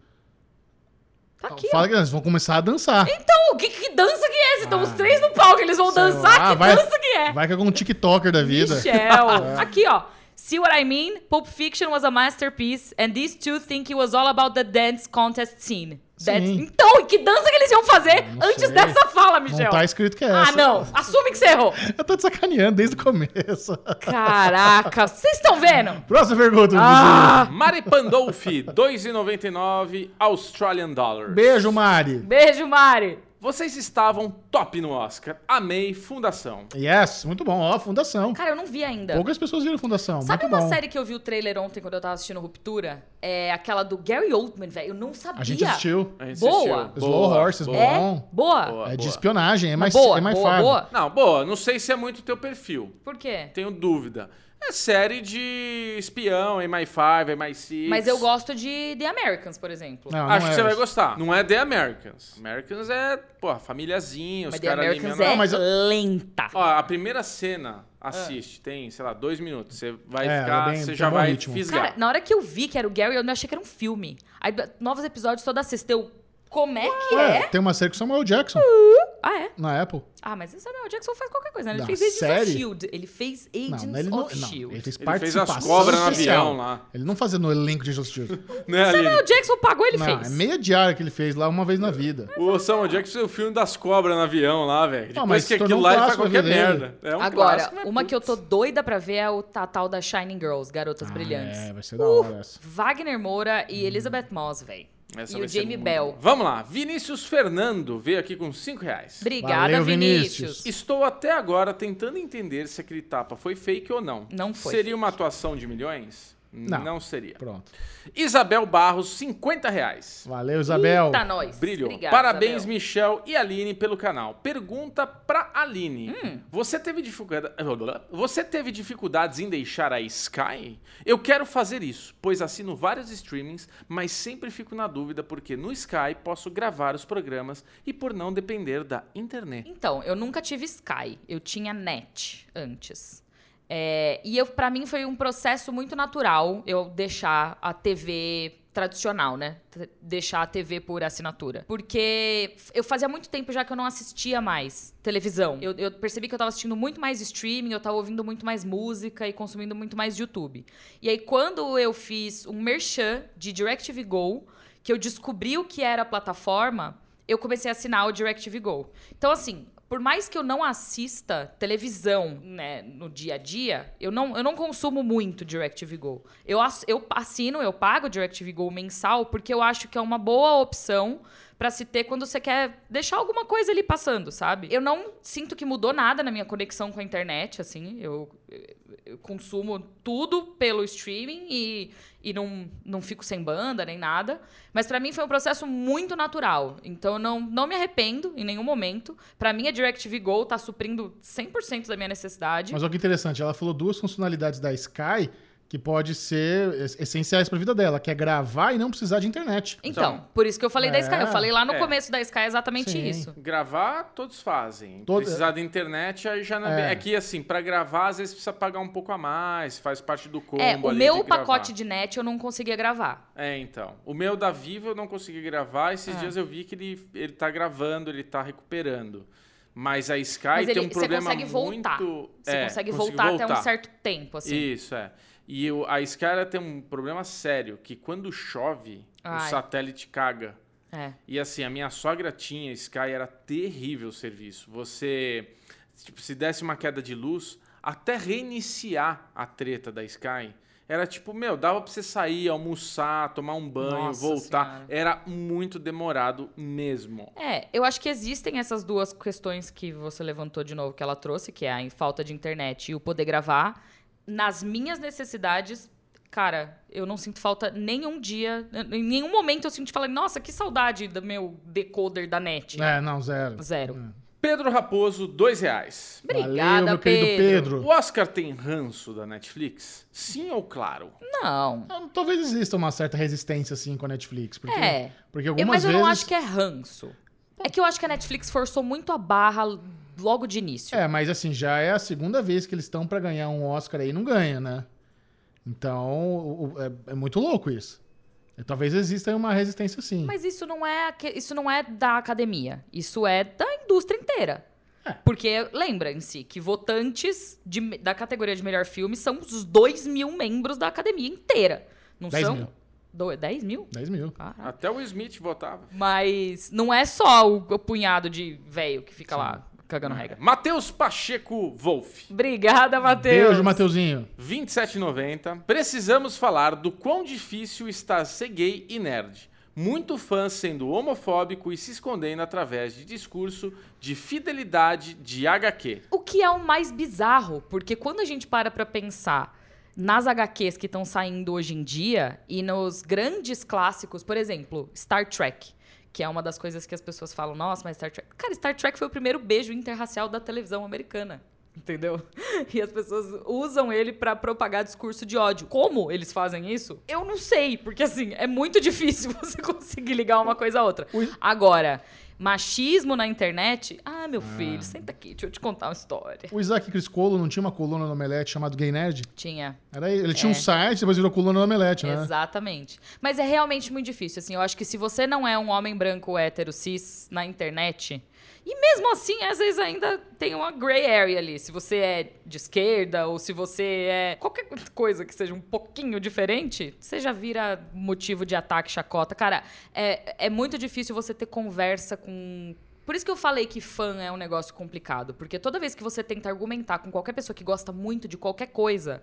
B: Tá aqui, ó.
A: fala que eles vão começar a dançar.
B: Então, que, que dança que é essa? Estão os três no palco, eles vão
A: Ah. Sei
B: dançar?
A: lá,
B: que
A: Ah, vai-
B: dança que é?
A: Vai que é algum TikToker da vida. É.
B: Michel. Aqui, ó. See what I mean? Pulp Fiction was a masterpiece, and these two think it was all about the dance contest scene. That's-
A: Sim.
B: Então, e que dança que eles iam fazer
A: Não
B: antes
A: sei.
B: dessa fala,
A: Não
B: Michel?
A: tá escrito que é essa.
B: ah, não. Assume que você errou.
A: Eu tô te sacaneando desde o começo.
B: Caraca, vocês estão vendo?
A: Próxima pergunta,
B: Ah,
C: Mari Pandolfi, 2,99 Australian Dollar.
A: Vizinho. Beijo, Mari.
B: beijo, Mari.
C: Vocês estavam top no Oscar. Amei Fundação.
A: Yes, muito bom. Ó, Fundação.
B: Cara, eu não vi ainda.
A: Poucas pessoas viram Fundação.
B: Sabe
A: é muito
B: uma
A: bom.
B: série que eu vi o trailer ontem quando eu tava assistindo Ruptura? É aquela do Gary Oldman, velho. Eu não sabia.
A: A gente assistiu.
C: A gente
B: Boa.
C: assistiu.
A: Slow
C: Boa,
A: Horses,
C: boa.
B: É?
A: bom.
B: Boa.
C: Boa.
A: É de espionagem, é mais,
B: boa,
A: é mais
B: boa,
A: fácil.
B: boa.
C: Não, boa. Não sei se é muito teu perfil.
B: Por quê?
C: Tenho dúvida. É série de espião, MI5, MI6.
B: Mas eu gosto de The Americans, por exemplo.
A: Não, não
C: Acho
A: é
C: que você vai
A: essa.
C: gostar. Não é The Americans. Americans é, pô, famíliazinha, os
B: Mas The
C: caras ali...
B: Americans
C: menor.
B: é
A: Não, mas eu-
B: lenta.
C: Ó, a primeira cena, assiste, tem, sei lá, dois minutos. Você vai
A: É,
C: ficar,
A: ela é bem-
C: você
A: tem
C: já
A: bom
C: vai
A: ritmo.
C: fisgar.
B: Cara, na hora que eu vi que era o Gary, eu achei que era um filme. Aí, b- novos episódios toda sexta, eu... Como é que é?
A: Ué, Tem uma série com Samuel Jackson
B: Ah, é?
A: na Apple.
B: Ah, mas o Samuel Jackson faz qualquer coisa, né? Ele
A: Não,
B: fez Agents
A: sério?
B: of S.H.I.E.L.D. Ele fez Agents
A: Não, ele não.
B: of
A: não,
B: S.H.I.E.L.D.
A: ele fez
C: Ele fez
A: participação
C: as cobras no
A: especial.
C: avião lá.
A: Ele não fazia no elenco de Justice Justice.
C: Né,
B: Samuel
C: Aline?
B: Jackson pagou, ele
A: não,
B: fez.
A: é meia diária que ele fez lá uma vez na vida.
C: O Samuel Jackson é o filme das cobras no avião lá, velho.
A: Não,
C: Depois
A: mas
C: que
A: se tornou
C: aquilo
A: um
C: lá ele faz
A: clássico
C: qualquer
A: da vida dele.
C: merda. É um
B: Agora,
A: né?
C: clássico, mas
B: uma que eu
C: putz.
B: tô doida pra ver é o Tatal da Shining Girls, Garotas Brilhantes. Uh!
A: Ah, é, Hum. vai ser da hora essa.
B: Wagner Moura e Elizabeth Moss, velho.
C: Essa
B: E
C: vai
B: o
C: ser
B: Jamie
C: muito
B: Bell.
C: boa. Vamos lá. Vinícius Fernando veio aqui com 5 reais.
B: Obrigada,
A: Valeu,
B: Vinícius.
A: Vinícius.
C: Estou até agora tentando entender se aquele tapa foi fake ou não.
B: Não foi
C: Seria uma atuação de milhões?
A: Não.
C: Não seria.
A: Pronto.
C: Isabel Barros, 50 reais.
A: Valeu, Isabel.
B: Tá nós.
C: Brilhou.
B: Obrigada,
C: Parabéns,
B: Isabel.
C: Michel e Aline, pelo canal. Pergunta pra Aline.
B: Hum.
C: Você, teve dificulda- Você teve dificuldades em deixar a Sky? Eu quero fazer isso, pois assino vários streamings, mas sempre fico na dúvida porque no Sky posso gravar os programas e por não depender da internet.
B: Então, eu nunca tive Sky, eu tinha Net antes. É, e eu, para mim foi um processo muito natural eu deixar a TV tradicional, né? T- Deixar a TV por assinatura. Porque f- eu fazia muito tempo já que eu não assistia mais televisão. Eu, eu percebi que eu tava assistindo muito mais streaming, eu tava ouvindo muito mais música e consumindo muito mais YouTube. E aí, quando eu fiz um merchan de DirecTV Go, que eu descobri o que era a plataforma, eu comecei a assinar o DirecTV Go. Então, assim, por mais que eu não assista televisão né, no dia a dia, eu não, eu não consumo muito DirecTV Go. Eu, ass- eu assino, eu pago o DirecTV Go mensal, porque eu acho que é uma boa opção pra se ter quando você quer deixar alguma coisa ali passando, sabe? Eu não sinto que mudou nada na minha conexão com a internet, assim. Eu, eu consumo tudo pelo streaming e, e não, não fico sem banda nem nada. Mas pra mim foi um processo muito natural. Então eu não, não me arrependo em nenhum momento. Pra mim a DirecTV Go tá suprindo 100% da minha necessidade.
A: Mas olha que interessante, ela falou duas funcionalidades da Sky que pode ser es- essenciais pra vida dela, que é gravar e não precisar de internet.
B: Então,
C: Então,
B: por isso que eu falei da
A: é,
B: Sky. Eu falei lá no
C: é.
B: começo da Sky exatamente
A: Sim.
B: isso.
C: Gravar, todos fazem.
A: Todo-
C: Precisar da internet, aí já não é.
A: É.
C: bem- É que, assim, pra gravar, às vezes precisa pagar um pouco a mais, faz parte do combo.
B: É, o
C: ali
B: meu
C: de gravar.
B: pacote de net eu não conseguia gravar.
C: É, então. O meu da Vivo eu não consegui gravar.
B: Ah.
C: Esses dias eu vi que ele, ele tá gravando, ele tá recuperando. Mas a Sky
B: Mas ele-
C: tem um
B: você
C: problema
B: consegue voltar.
C: muito...
B: Você
C: É,
B: consegue
C: consigo
B: voltar, até um certo tempo, assim.
C: Isso, é. E o- a Sky ela tem um problema sério, que quando chove,
B: Ai.
C: o satélite caga.
B: É.
C: E assim, a minha sogra tinha Sky, era terrível o serviço. Você, tipo, se desse uma queda de luz, até reiniciar a treta da Sky, era tipo, meu, dava pra você sair, almoçar, tomar um banho,
B: Nossa
C: voltar.
B: Senhora.
C: Era muito demorado mesmo.
B: É, eu acho que existem essas duas questões que você levantou de novo, que ela trouxe, que é a falta de internet e o poder gravar. Nas minhas necessidades, cara, eu não sinto falta nenhum dia, em nenhum momento eu sinto falar, nossa, que saudade do meu decoder da net.
A: É, não, zero. É.
B: Zero.
C: Pedro Raposo, dois reais.
B: Obrigada,
A: meu querido
B: Pedro.
A: Pedro.
C: O Oscar tem ranço da Netflix? Sim ou claro?
B: Não.
A: Ah, Talvez exista uma certa resistência, assim, com a Netflix. Porque,
B: É.
A: porque
B: Eu-
A: algumas
B: mas eu
A: vezes...
B: não acho que é ranço. É que eu acho que a Netflix forçou muito a barra logo de início.
A: É, mas assim, já é a segunda vez que eles estão pra ganhar um Oscar aí e não ganha, né? Então, o- o- é, é muito louco isso. E talvez exista aí uma resistência sim.
B: Mas isso não é aque- isso não é da academia, isso é da indústria inteira.
A: É.
B: Porque lembrem-se que votantes de me- da categoria de melhor filme são os 2 mil membros da academia inteira. Não
A: 10
B: são?
A: mil.
B: Do- 10 mil?
A: 10 mil.
B: Caraca.
C: Até o Smith votava.
B: Mas não é só o, o punhado de velho que fica lá cagando regra.
C: É, Matheus Pacheco Wolf.
B: Obrigada, Matheus.
A: Beijo, Mateuzinho.
C: 27,90. Precisamos falar do quão difícil está ser gay e nerd. Muito fã sendo homofóbico e se escondendo através de discurso de fidelidade de HQ.
B: O que é o mais bizarro, porque quando a gente para pra pensar nas HQs que estão saindo hoje em dia e nos grandes clássicos, por exemplo, Star Trek, que é uma das coisas que as pessoas falam, nossa, mas Star Trek. Cara, Star Trek foi o primeiro beijo interracial da televisão americana. Entendeu? E as pessoas usam ele pra propagar discurso de ódio. Como eles fazem isso? Eu não sei, porque assim, é muito difícil você conseguir ligar uma coisa a outra. Agora, machismo na internet? Ah, meu filho, senta aqui, deixa eu te contar uma história.
A: O Isaac Criscolo não tinha uma coluna no Omelete chamado Gay Nerd?
B: Tinha.
A: Era ele.
B: É.
A: Ele tinha um site, depois virou coluna no Omelete, né?
B: Exatamente. Mas é realmente muito difícil, assim. Eu acho que se você não é um homem branco hétero cis na internet, e mesmo assim, às vezes ainda tem uma gray area ali. Se você é de esquerda ou se você é qualquer coisa que seja um pouquinho diferente, você já vira motivo de ataque, chacota. Cara, é, é muito difícil você ter conversa com por isso que eu falei que fã é um negócio complicado, porque toda vez que você tenta argumentar com qualquer pessoa que gosta muito de qualquer coisa,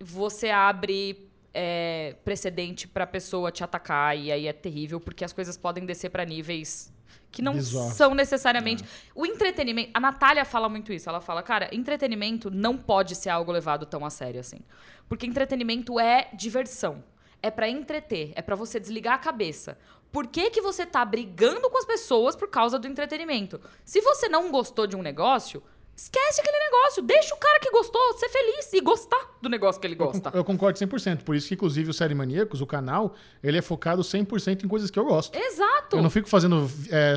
B: você abre é, precedente pra pessoa te atacar e aí é terrível porque as coisas podem descer pra níveis que não
A: Bizarro.
B: são necessariamente o entretenimento. A Natália fala muito isso. Ela fala, cara, entretenimento não pode ser algo levado tão a sério assim, porque entretenimento é diversão, é pra entreter, é pra você desligar a cabeça. Por que, que você tá brigando com as pessoas por causa do entretenimento? Se você não gostou de um negócio, esquece aquele negócio. Deixa o cara que gostou ser feliz e gostar do negócio que ele gosta.
A: Eu concordo 100%. Por isso que, inclusive, o Série Maníacos, o canal, ele é focado 100% em coisas que eu gosto.
B: Exato.
A: Eu não fico fazendo é,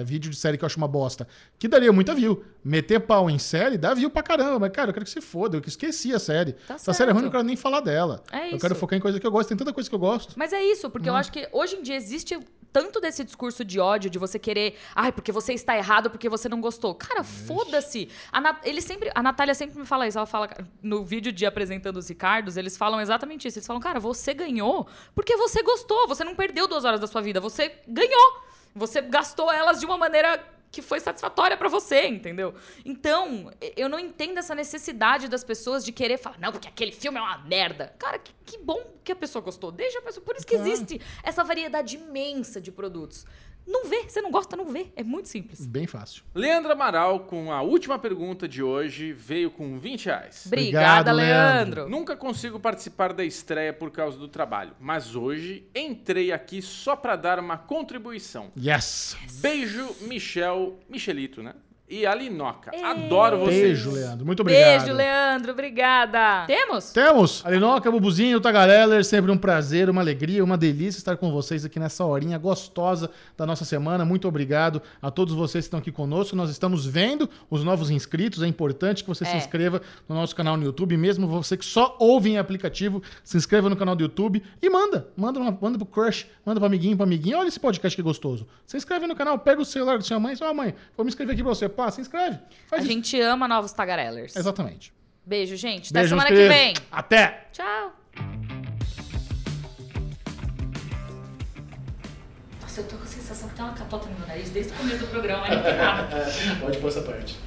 A: é, vídeo de série que eu acho uma bosta. Que daria muita view. Meter pau em série dá view pra caramba. Mas, cara, eu quero que se foda. Eu que esqueci a série.
B: Tá
A: Essa série é ruim, eu
B: certo.
A: não quero nem falar dela.
B: É
A: Eu quero
B: isso.
A: focar em coisa que eu gosto. Tem tanta coisa que eu gosto.
B: Mas é isso, porque eu acho que hoje em dia existe tanto desse discurso de ódio, de você querer, ai, porque você está errado, porque você não gostou. Cara, foda-se. A, Na- ele sempre, a Natália sempre me fala isso, ela fala no vídeo de apresentando os Ricardos, eles falam exatamente isso. Eles falam, cara, você ganhou porque você gostou, você não perdeu duas horas da sua vida, você ganhou. Você gastou elas de uma maneira que foi satisfatória pra você, entendeu? Então, e- eu não entendo essa necessidade das pessoas de querer falar, não, porque aquele filme é uma merda. Cara, que, que bom que a pessoa gostou. Deixa a pessoa. Por isso que existe essa variedade imensa de produtos. Não vê, você não gosta, não vê. É muito simples.
A: Bem fácil.
C: Leandro Amaral, com a última pergunta de hoje, veio com 20 reais.
A: Obrigado,
B: Obrigada,
A: Leandro.
B: Leandro.
C: Nunca consigo participar da estreia por causa do trabalho, mas hoje entrei aqui só pra dar uma contribuição.
A: Yes!
C: Beijo, Michel, Michelito, né? E Alinoca.
B: Ei.
C: Adoro vocês.
A: Beijo, Leandro. Muito obrigado.
B: Beijo, Leandro. Obrigada. Temos?
A: Temos Alinoca, Bubuzinho, Tagareller, sempre um prazer, uma alegria, uma delícia estar com vocês aqui nessa horinha gostosa da nossa semana. Muito obrigado a todos vocês que estão aqui conosco. Nós estamos vendo os novos inscritos. É importante que você se
B: É.
A: inscreva no nosso canal no YouTube, mesmo você que só ouve em aplicativo, se inscreva no canal do YouTube e manda. Manda, uma, manda pro crush, manda pro amiguinho, pro amiguinho. Olha esse podcast que gostoso. Se inscreve no canal, pega o celular da sua mãe, e fala, ó mãe, vou me inscrever aqui pra você. Pá, se inscreve.
B: A
A: Faz isso.
B: gente ama novos tagarellers.
A: Exatamente.
B: Beijo, gente. Até
A: Beijo,
B: semana
A: meus
B: que vem.
A: queridos. Até!
B: Tchau. Nossa, eu tô com a sensação que tem uma capota no meu nariz desde o começo do programa.
E: Pode pôr essa parte.